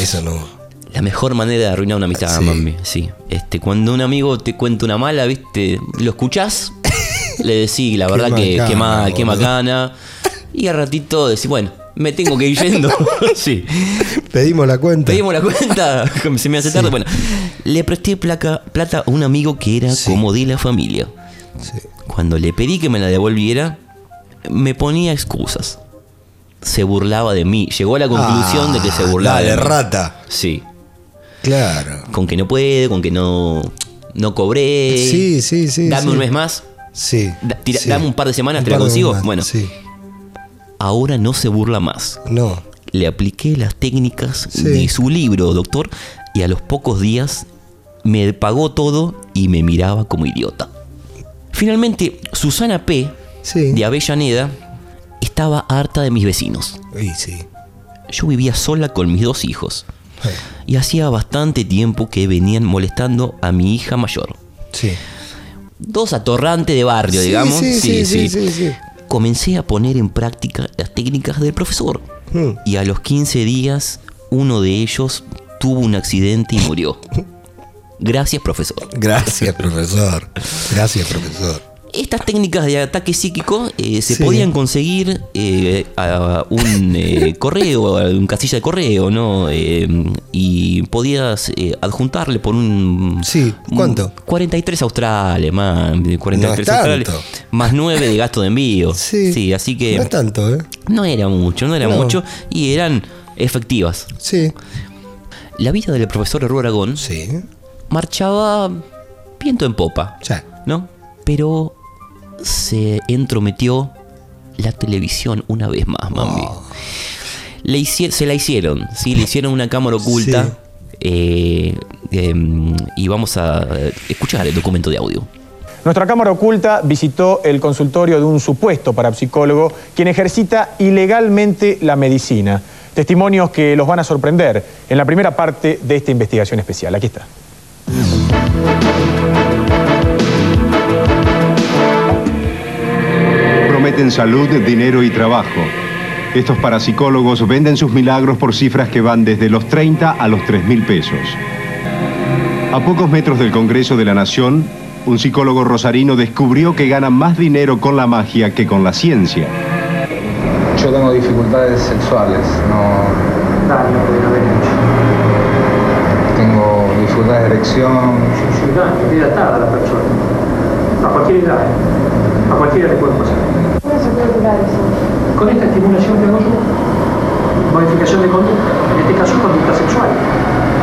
[SPEAKER 2] Eso no.
[SPEAKER 3] La mejor manera de arruinar una amistad,
[SPEAKER 2] Sí.
[SPEAKER 3] mami. Sí. Este, cuando un amigo te cuenta una mala, ¿viste? Lo escuchás, le decís la
[SPEAKER 2] Qué
[SPEAKER 3] verdad que
[SPEAKER 2] macana,
[SPEAKER 3] qué ma- qué
[SPEAKER 2] boludo.
[SPEAKER 3] macana. Y al ratito decís, bueno, me tengo que ir yendo. sí.
[SPEAKER 2] Pedimos la cuenta.
[SPEAKER 3] Pedimos la cuenta, como se me hace tarde. Bueno, le presté placa, plata a un amigo que era como de la familia. Cuando le pedí que me la devolviera, me ponía excusas. Se burlaba de mí. Llegó a la conclusión de que se
[SPEAKER 2] Ah,
[SPEAKER 3] burlaba.
[SPEAKER 2] dale,
[SPEAKER 3] de mí.
[SPEAKER 2] rata. Ah.
[SPEAKER 3] Sí.
[SPEAKER 2] Claro.
[SPEAKER 3] Con que no puede, con que no, no cobré.
[SPEAKER 2] Sí, sí, sí.
[SPEAKER 3] Dame
[SPEAKER 2] sí.
[SPEAKER 3] un mes más.
[SPEAKER 2] Sí.
[SPEAKER 3] Da- tira-
[SPEAKER 2] sí.
[SPEAKER 3] Dame un par de semanas,
[SPEAKER 2] Un
[SPEAKER 3] te la
[SPEAKER 2] par de
[SPEAKER 3] consigo.
[SPEAKER 2] semanas,
[SPEAKER 3] Bueno,
[SPEAKER 2] Sí.
[SPEAKER 3] ahora no se burla más.
[SPEAKER 2] No.
[SPEAKER 3] Le apliqué las técnicas
[SPEAKER 2] Sí.
[SPEAKER 3] de su libro, doctor, y a los pocos días me pagó todo y me miraba como idiota. Finalmente, Susana P., de Avellaneda, estaba harta de mis vecinos.
[SPEAKER 2] Y sí.
[SPEAKER 3] Yo vivía sola con mis dos hijos. Y hacía bastante tiempo que venían molestando a mi hija mayor.
[SPEAKER 2] Sí.
[SPEAKER 3] Dos atorrantes de barrio,
[SPEAKER 2] Sí,
[SPEAKER 3] digamos.
[SPEAKER 2] sí, sí, sí, sí, sí.
[SPEAKER 3] Comencé a poner en práctica las técnicas del profesor.
[SPEAKER 2] Mm.
[SPEAKER 3] Y a los 15 días, uno de ellos tuvo un accidente y murió. Gracias, profesor.
[SPEAKER 2] Gracias, profesor. Gracias, profesor.
[SPEAKER 3] Estas técnicas de ataque psíquico eh, se
[SPEAKER 2] Sí.
[SPEAKER 3] podían conseguir eh, a un eh, correo, a un casilla de correo, ¿no? Eh, y podías eh, adjuntarle por un... Sí,
[SPEAKER 2] ¿cuánto?
[SPEAKER 3] 43 australes, man. 43
[SPEAKER 2] No es
[SPEAKER 3] australes.
[SPEAKER 2] tanto.
[SPEAKER 3] Más 9 de gasto de envío. Sí. así que...
[SPEAKER 2] No es tanto, ¿eh?
[SPEAKER 3] No era mucho, no era
[SPEAKER 2] No.
[SPEAKER 3] mucho. Y eran efectivas.
[SPEAKER 2] Sí.
[SPEAKER 3] La vida del profesor Herrero Aragón marchaba viento en popa. ¿No? Pero se entrometió la televisión una vez más, mami. Le hici- se la hicieron, sí, le hicieron una cámara oculta. Eh, em, y vamos a eh, escuchar el documento de audio.
[SPEAKER 12] Nuestra cámara oculta visitó el consultorio de un supuesto parapsicólogo quien ejercita ilegalmente la medicina. Testimonios que los van a sorprender en la primera parte de esta investigación especial. Aquí está.
[SPEAKER 13] Prometen salud, dinero y trabajo. Estos parapsicólogos venden sus milagros por cifras que van desde los 30 a los 3 mil pesos. A pocos metros del Congreso de la Nación, un psicólogo rosarino descubrió que gana más dinero con la magia que con la ciencia.
[SPEAKER 14] Yo tengo dificultades sexuales, no. Tengo dificultades de erección.
[SPEAKER 15] vida atada a la persona. A cualquier edad. A cualquiera le puede pasar.
[SPEAKER 16] ¿Cómo se puede curar eso?
[SPEAKER 15] Con esta estimulación que hago yo, modificación de conducta, en este caso conducta sexual,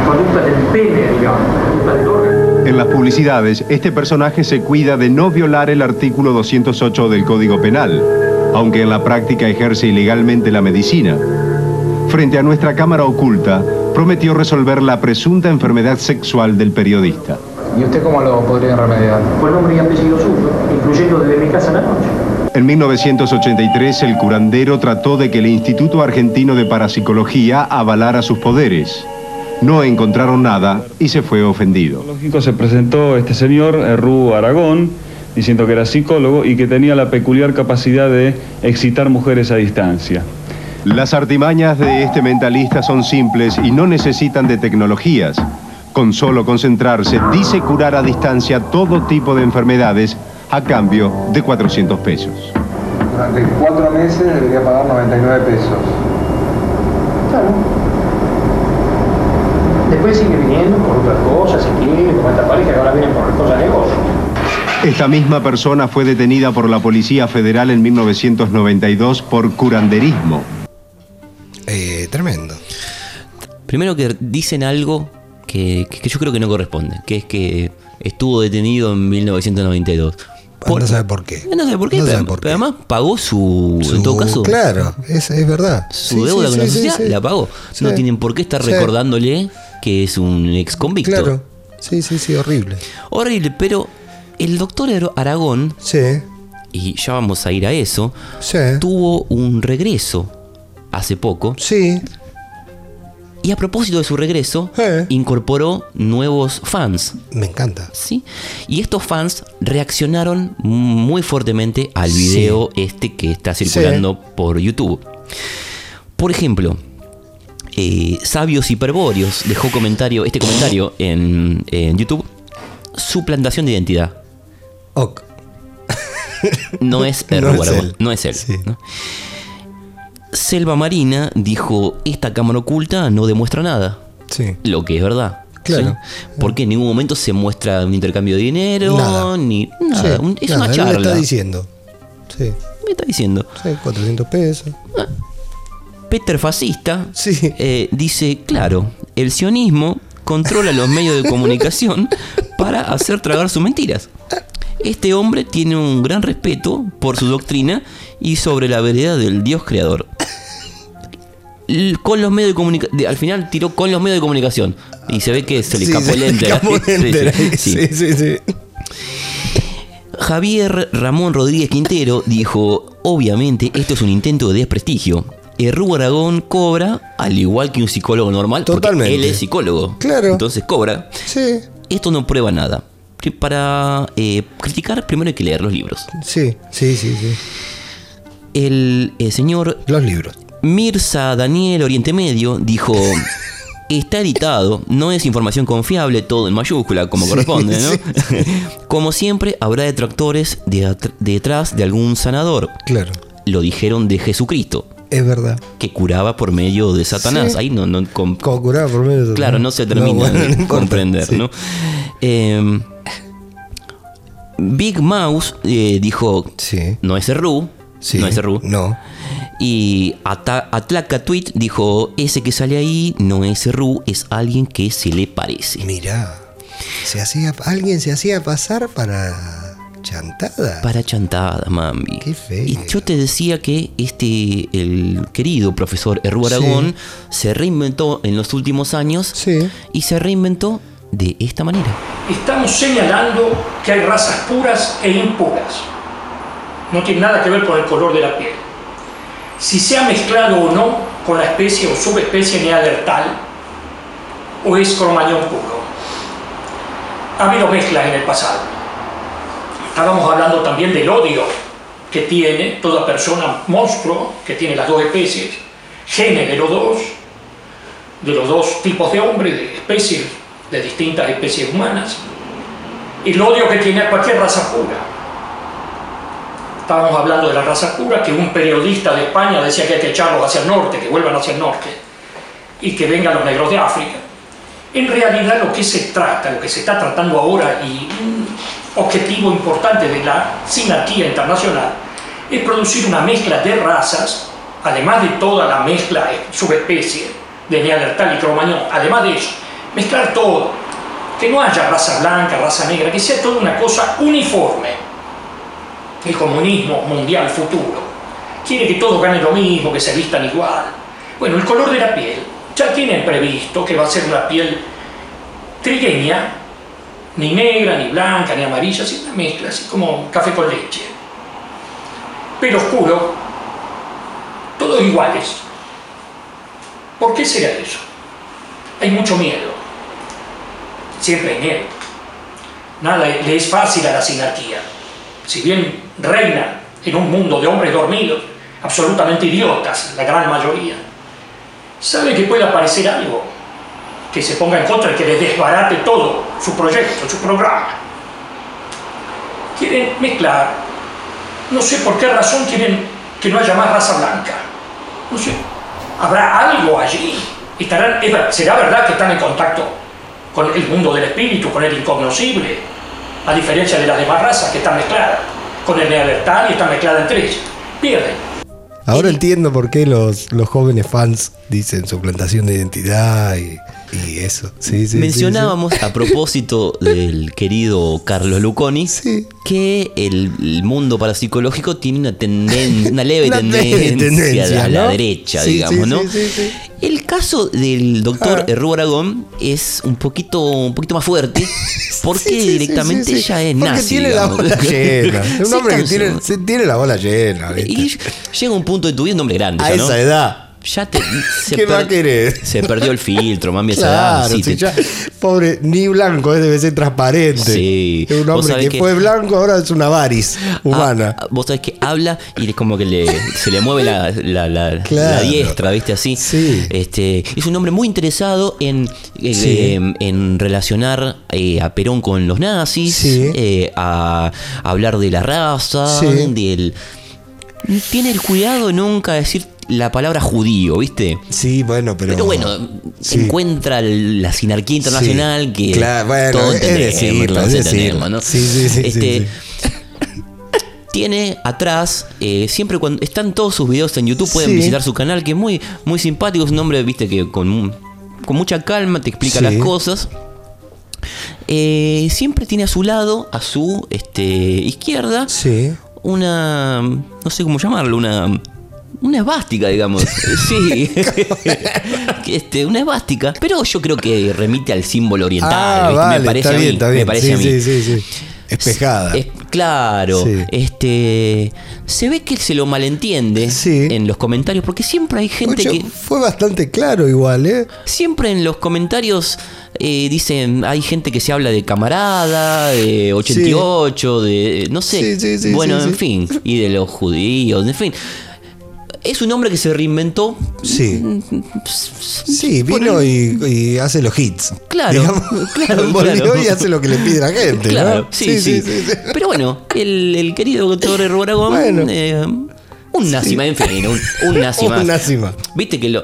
[SPEAKER 15] conducta del pene, digamos, conducta del órgano.
[SPEAKER 13] En las publicidades, este personaje se cuida de no violar el artículo 208 del Código Penal, aunque en la práctica ejerce ilegalmente la medicina. Frente a nuestra cámara oculta, prometió resolver la presunta enfermedad sexual del periodista.
[SPEAKER 14] ¿Y usted cómo lo podría remediar?
[SPEAKER 15] Con nombre y apellido suyo, incluyendo desde mi casa en la noche.
[SPEAKER 13] En 1983, el curandero trató de que el Instituto Argentino de Parapsicología avalara sus poderes. No encontraron nada y se fue ofendido.
[SPEAKER 17] Psicológico se presentó este señor, eh, Ru Aragón, diciendo que era psicólogo y que tenía la peculiar capacidad de excitar mujeres a distancia.
[SPEAKER 13] Las artimañas de este mentalista son simples y no necesitan de tecnologías. Con solo concentrarse, dice curar a distancia todo tipo de enfermedades a cambio de 400 pesos.
[SPEAKER 14] Durante cuatro meses debería pagar 99 pesos.
[SPEAKER 15] Claro. Después sigue viniendo por otras cosas, si quiere, como esta pareja que ahora vienen por cosas de negocio.
[SPEAKER 13] Esta misma persona fue detenida por la Policía Federal en 1992 por curanderismo.
[SPEAKER 2] Eh, tremendo.
[SPEAKER 3] Primero que dicen algo que, que- que yo creo que no corresponde, que es que estuvo detenido en 1992.
[SPEAKER 2] no sabe por qué.
[SPEAKER 3] Eh, No sé por qué,
[SPEAKER 2] No
[SPEAKER 3] pero,
[SPEAKER 2] sabe por
[SPEAKER 3] pero además pagó su, en todo caso,
[SPEAKER 2] Claro, es, es verdad.
[SPEAKER 3] su
[SPEAKER 2] Sí,
[SPEAKER 3] deuda
[SPEAKER 2] sí,
[SPEAKER 3] con la
[SPEAKER 2] sí, sí,
[SPEAKER 3] sociedad
[SPEAKER 2] sí.
[SPEAKER 3] la pagó.
[SPEAKER 2] Sí.
[SPEAKER 3] No tienen por qué estar
[SPEAKER 2] Sí.
[SPEAKER 3] recordándole que es un ex convicto.
[SPEAKER 2] Claro. Sí, sí, sí, horrible.
[SPEAKER 3] Horrible, pero el doctor Ar- Aragón, y ya vamos a ir a eso, tuvo un regreso hace poco.
[SPEAKER 2] Sí.
[SPEAKER 3] Y a propósito de su regreso, incorporó nuevos fans.
[SPEAKER 2] Me encanta.
[SPEAKER 3] Sí. Y estos fans reaccionaron muy fuertemente al
[SPEAKER 2] Sí.
[SPEAKER 3] video este que está circulando por YouTube. Por ejemplo, eh, Sabios Hiperbóreos dejó comentario, este comentario en, en YouTube. Suplantación de identidad.
[SPEAKER 2] Ok.
[SPEAKER 3] No es el
[SPEAKER 2] No es
[SPEAKER 3] Rubaragón,
[SPEAKER 2] él.
[SPEAKER 3] no es él. ¿no? Selva Marina dijo, esta cámara oculta no demuestra nada.
[SPEAKER 2] Sí.
[SPEAKER 3] Lo que es verdad.
[SPEAKER 2] Claro.
[SPEAKER 3] ¿sí? Porque en ningún momento se muestra un intercambio de dinero,
[SPEAKER 2] Nada.
[SPEAKER 3] ni nada.
[SPEAKER 2] Sí,
[SPEAKER 3] Un- es una
[SPEAKER 2] nada, él
[SPEAKER 3] charla.
[SPEAKER 2] le está diciendo. Sí.
[SPEAKER 3] Me está diciendo.
[SPEAKER 2] Sí, 400 pesos.
[SPEAKER 3] Peter Fascista eh, dice, claro, el sionismo controla los medios de comunicación para hacer tragar sus mentiras. Este hombre tiene un gran respeto por su doctrina y sobre la veredad del Dios creador. L- Con los medios de comunicación, al final tiró con los medios de comunicación y se ve que se le
[SPEAKER 2] Sí,
[SPEAKER 3] escapó
[SPEAKER 2] se
[SPEAKER 3] el
[SPEAKER 2] le
[SPEAKER 3] enter.
[SPEAKER 2] escapó el enter. Sí, sí,
[SPEAKER 3] Javier Ramón Rodríguez Quintero dijo, obviamente esto es un intento de desprestigio. El Rubo Aragón cobra al igual que un psicólogo normal,
[SPEAKER 2] Totalmente.
[SPEAKER 3] porque él es psicólogo.
[SPEAKER 2] Claro.
[SPEAKER 3] Entonces cobra.
[SPEAKER 2] Sí.
[SPEAKER 3] Esto no prueba nada. Pri- Para eh, criticar primero hay que leer los libros.
[SPEAKER 2] Sí, sí, sí, sí.
[SPEAKER 3] El eh, señor...
[SPEAKER 2] Los libros.
[SPEAKER 3] Mirza Daniel Oriente Medio dijo... Está editado, no es información confiable, todo en mayúscula, como
[SPEAKER 2] Sí,
[SPEAKER 3] corresponde, ¿no?
[SPEAKER 2] sí,
[SPEAKER 3] como siempre, habrá detractores de atr- detrás de algún sanador.
[SPEAKER 2] Claro.
[SPEAKER 3] Lo dijeron de Jesucristo,
[SPEAKER 2] Es verdad.
[SPEAKER 3] que curaba por medio de Satanás.
[SPEAKER 2] Sí.
[SPEAKER 3] Ahí no, no com-
[SPEAKER 2] Como curaba por medio de-
[SPEAKER 3] Claro, no se termina
[SPEAKER 2] bueno, no
[SPEAKER 3] de
[SPEAKER 2] importa.
[SPEAKER 3] comprender,
[SPEAKER 2] Sí.
[SPEAKER 3] ¿no? Eh, Big Mouse eh, dijo, no es Ru, no es Ru.
[SPEAKER 2] No.
[SPEAKER 3] Y Ata- Atlaca Tweet dijo, ese que sale ahí no es Ru, es alguien que se le parece.
[SPEAKER 2] Mirá. Se hacía, alguien se hacía pasar para chantada.
[SPEAKER 3] Para chantada, mami.
[SPEAKER 2] Qué feo.
[SPEAKER 3] Y yo te decía que este, el querido profesor Erru
[SPEAKER 2] Sí.
[SPEAKER 3] Aragón se reinventó en los últimos años y se reinventó de esta manera.
[SPEAKER 15] Estamos señalando que hay razas puras e impuras. No tiene nada que ver con el color de la piel. Si se ha mezclado o no con la especie o subespecie neandertal o es cromañón puro. Ha habido mezclas en el pasado. Estábamos hablando también del odio que tiene toda persona monstruo, que tiene las dos especies, genes de los dos, de los dos tipos de hombres, de especies, de distintas especies humanas, el odio que tiene a cualquier raza pura. Estábamos hablando de la raza pura, que un periodista de España decía que hay que echarlos hacia el norte, que vuelvan hacia el norte, y que vengan los negros de África. En realidad lo que se trata, lo que se está tratando ahora, y un objetivo importante de la sinarquía internacional, es producir una mezcla de razas, además de toda la mezcla eh, subespecie de Neandertal y Cromañón, además de eso, mezclar todo, que no haya raza blanca, raza negra, que sea toda una cosa uniforme. El comunismo mundial futuro quiere que todos ganen lo mismo, que se vistan igual. Bueno, el color de la piel, ya tienen previsto que va a ser una piel trigueña, ni negra, ni blanca, ni amarilla, así una mezcla, así como café con leche. Pero oscuro, todos iguales. ¿Por qué será eso? Hay mucho miedo. Siempre hay miedo. Nada le es fácil a la sinarquía. Si bien reina en un mundo de hombres dormidos, absolutamente idiotas, la gran mayoría, sabe que puede aparecer algo que se ponga en contra y que les desbarate todo su proyecto, su programa. Quieren mezclar. No sé por qué razón quieren que no haya más raza blanca. No sé. ¿Habrá algo allí? ¿Estarán, es ver- ¿Será verdad que están en contacto con el mundo del espíritu, con el incognoscible? A diferencia de las demás razas que están mezcladas con el neandertal y están mezcladas entre ellas. Pierden.
[SPEAKER 2] Ahora entiendo por qué los, los jóvenes fans dicen suplantación de identidad y Y eso, sí, sí.
[SPEAKER 3] Mencionábamos a propósito del querido Carlos Luconi que el, el mundo parapsicológico tiene una, tenden- una leve
[SPEAKER 2] Una leve
[SPEAKER 3] tendencia,
[SPEAKER 2] tendencia,
[SPEAKER 3] a la
[SPEAKER 2] ¿no?
[SPEAKER 3] derecha,
[SPEAKER 2] Sí,
[SPEAKER 3] digamos,
[SPEAKER 2] sí,
[SPEAKER 3] ¿no?
[SPEAKER 2] sí, sí, Ah. sí.
[SPEAKER 3] El caso del doctor Erru Aragón es un poquito, un poquito más fuerte porque directamente
[SPEAKER 2] Sí, sí, sí.
[SPEAKER 3] ya es
[SPEAKER 2] Porque
[SPEAKER 3] nazi.
[SPEAKER 2] tiene
[SPEAKER 3] digamos.
[SPEAKER 2] la bola llena. Es un
[SPEAKER 3] Se
[SPEAKER 2] hombre que
[SPEAKER 3] cansó.
[SPEAKER 2] tiene, se- tiene la bola llena. ¿viste?
[SPEAKER 3] Y llega un punto de tu vida, un hombre grande.
[SPEAKER 2] A
[SPEAKER 3] ya, ¿no?
[SPEAKER 2] esa edad.
[SPEAKER 3] Ya te, se
[SPEAKER 2] ¿Qué va a querer?
[SPEAKER 3] Se perdió el filtro, mami, a esa edad.
[SPEAKER 2] Claro,
[SPEAKER 3] sí,
[SPEAKER 2] si
[SPEAKER 3] te-
[SPEAKER 2] ya- pobre, ni blanco, eh, debe ser transparente.
[SPEAKER 3] Sí.
[SPEAKER 2] Es un
[SPEAKER 3] Vos
[SPEAKER 2] hombre
[SPEAKER 3] sabés
[SPEAKER 2] que,
[SPEAKER 3] que-
[SPEAKER 2] fue blanco, ahora es una varis humana.
[SPEAKER 3] Ah, vos sabés que habla y es como que le, se le mueve la, la- la-
[SPEAKER 2] Claro.
[SPEAKER 3] la diestra, ¿viste? Así. Este, es un hombre muy interesado en, eh,
[SPEAKER 2] Sí.
[SPEAKER 3] eh, en relacionar eh, a Perón con los nazis, eh, a, a hablar de la raza,
[SPEAKER 2] Sí.
[SPEAKER 3] del. Tiene el cuidado de nunca decir la palabra judío, ¿viste?
[SPEAKER 2] Sí, bueno, pero.
[SPEAKER 3] Pero bueno,
[SPEAKER 2] Sí.
[SPEAKER 3] encuentra el- la sinarquía internacional que.
[SPEAKER 2] Sí. Claro, bueno,
[SPEAKER 3] todos
[SPEAKER 2] es decirlo,
[SPEAKER 3] entendemos,
[SPEAKER 2] es
[SPEAKER 3] todos entendemos,
[SPEAKER 2] decirlo.
[SPEAKER 3] ¿no?
[SPEAKER 2] Sí, sí, sí, sí,
[SPEAKER 3] Este, Tiene atrás, eh, siempre cuando están todos sus videos en YouTube, pueden
[SPEAKER 2] Sí.
[SPEAKER 3] visitar su canal, que es muy, muy simpático, es un hombre, viste, que con, mu- con mucha calma te explica
[SPEAKER 2] Sí.
[SPEAKER 3] las cosas. Eh, siempre tiene a su lado, a su este, izquierda,
[SPEAKER 2] Sí.
[SPEAKER 3] una, no sé cómo llamarlo, una... Una esvástica, digamos. Sí. este, una esvástica. Pero yo creo que remite al símbolo oriental.
[SPEAKER 2] Ah,
[SPEAKER 3] ¿viste?
[SPEAKER 2] vale,
[SPEAKER 3] me parece
[SPEAKER 2] está
[SPEAKER 3] a mí.
[SPEAKER 2] bien, está bien.
[SPEAKER 3] Me parece
[SPEAKER 2] sí,
[SPEAKER 3] a mí.
[SPEAKER 2] sí, sí, sí. Espejada.
[SPEAKER 3] Es- claro.
[SPEAKER 2] Sí.
[SPEAKER 3] Este. Se ve que se lo malentiende en los comentarios. Porque siempre hay gente
[SPEAKER 2] Ocho,
[SPEAKER 3] que.
[SPEAKER 2] Fue bastante claro igual, ¿eh?
[SPEAKER 3] Siempre en los comentarios eh, dicen. Hay gente que se habla de camarada, de 88, de. No sé.
[SPEAKER 2] Sí, sí, sí,
[SPEAKER 3] bueno,
[SPEAKER 2] sí,
[SPEAKER 3] en
[SPEAKER 2] sí.
[SPEAKER 3] fin. Y de los judíos, en fin. Es un hombre que se reinventó.
[SPEAKER 2] Sí. Sí, vino y, y hace los hits.
[SPEAKER 3] Claro,
[SPEAKER 2] Digamos,
[SPEAKER 3] claro,
[SPEAKER 2] Volvió
[SPEAKER 3] claro.
[SPEAKER 2] y hace lo que le pide la gente. ¿no?
[SPEAKER 3] Claro, sí, sí, Pero bueno, el, el querido doctor Erro Aragón.
[SPEAKER 2] Bueno.
[SPEAKER 3] eh, un nazi
[SPEAKER 2] Sí.
[SPEAKER 3] más, en fin, un, un nazi
[SPEAKER 2] Un
[SPEAKER 3] más.
[SPEAKER 2] nazi más.
[SPEAKER 3] Viste que lo,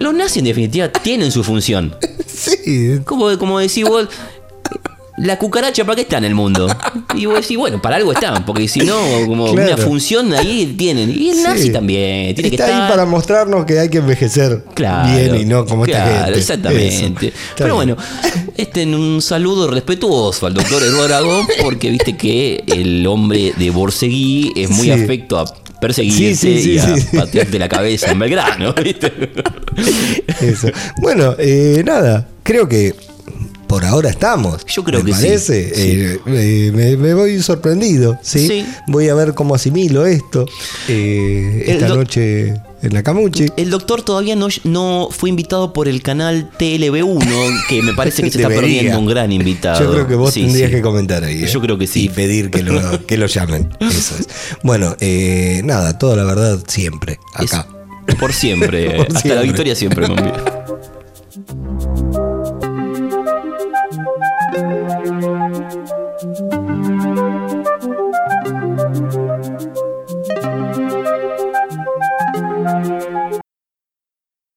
[SPEAKER 3] los nazis, en definitiva, tienen su función.
[SPEAKER 2] Sí.
[SPEAKER 3] Como, como decís vos. La cucaracha, ¿para qué está en el mundo? Y vos decís, bueno, para algo están, porque si no, como
[SPEAKER 2] Claro.
[SPEAKER 3] una función ahí tienen. Y el
[SPEAKER 2] Sí.
[SPEAKER 3] nazi también, tiene que
[SPEAKER 2] Está
[SPEAKER 3] estar.
[SPEAKER 2] ahí para mostrarnos que hay que envejecer
[SPEAKER 3] Claro,
[SPEAKER 2] bien y no como
[SPEAKER 3] claro,
[SPEAKER 2] esta gente.
[SPEAKER 3] Exactamente.
[SPEAKER 2] Eso. Está
[SPEAKER 3] Pero
[SPEAKER 2] bien.
[SPEAKER 3] bueno, este en un saludo respetuoso al doctor Eduardo Aragón, porque viste que el hombre de Borseguí es muy
[SPEAKER 2] Sí.
[SPEAKER 3] afecto a perseguirse
[SPEAKER 2] Sí, sí, sí,
[SPEAKER 3] y a
[SPEAKER 2] sí.
[SPEAKER 3] patearte la cabeza en Belgrano, ¿viste?
[SPEAKER 2] Eso. Bueno, eh, nada, creo que por ahora estamos.
[SPEAKER 3] Yo creo
[SPEAKER 2] ¿Me
[SPEAKER 3] que sí,
[SPEAKER 2] parece?
[SPEAKER 3] sí.
[SPEAKER 2] Eh, eh, me, me voy sorprendido, ¿sí?
[SPEAKER 3] Sí.
[SPEAKER 2] Voy a ver cómo asimilo esto eh,
[SPEAKER 3] El
[SPEAKER 2] esta
[SPEAKER 3] doc-
[SPEAKER 2] noche en la Camuchi.
[SPEAKER 3] El doctor todavía no, no fue invitado por el canal TLB1, que me parece que se está
[SPEAKER 2] Debería.
[SPEAKER 3] perdiendo un gran invitado.
[SPEAKER 2] Yo creo que vos
[SPEAKER 3] Sí,
[SPEAKER 2] tendrías
[SPEAKER 3] sí.
[SPEAKER 2] que comentar ahí. ¿eh?
[SPEAKER 3] Yo creo que sí.
[SPEAKER 2] Y pedir que lo, que lo llamen. Eso es. Bueno, eh, nada, toda la verdad siempre, acá.
[SPEAKER 3] Por siempre.
[SPEAKER 2] Por
[SPEAKER 3] Hasta la
[SPEAKER 2] siempre.
[SPEAKER 3] victoria siempre, mami.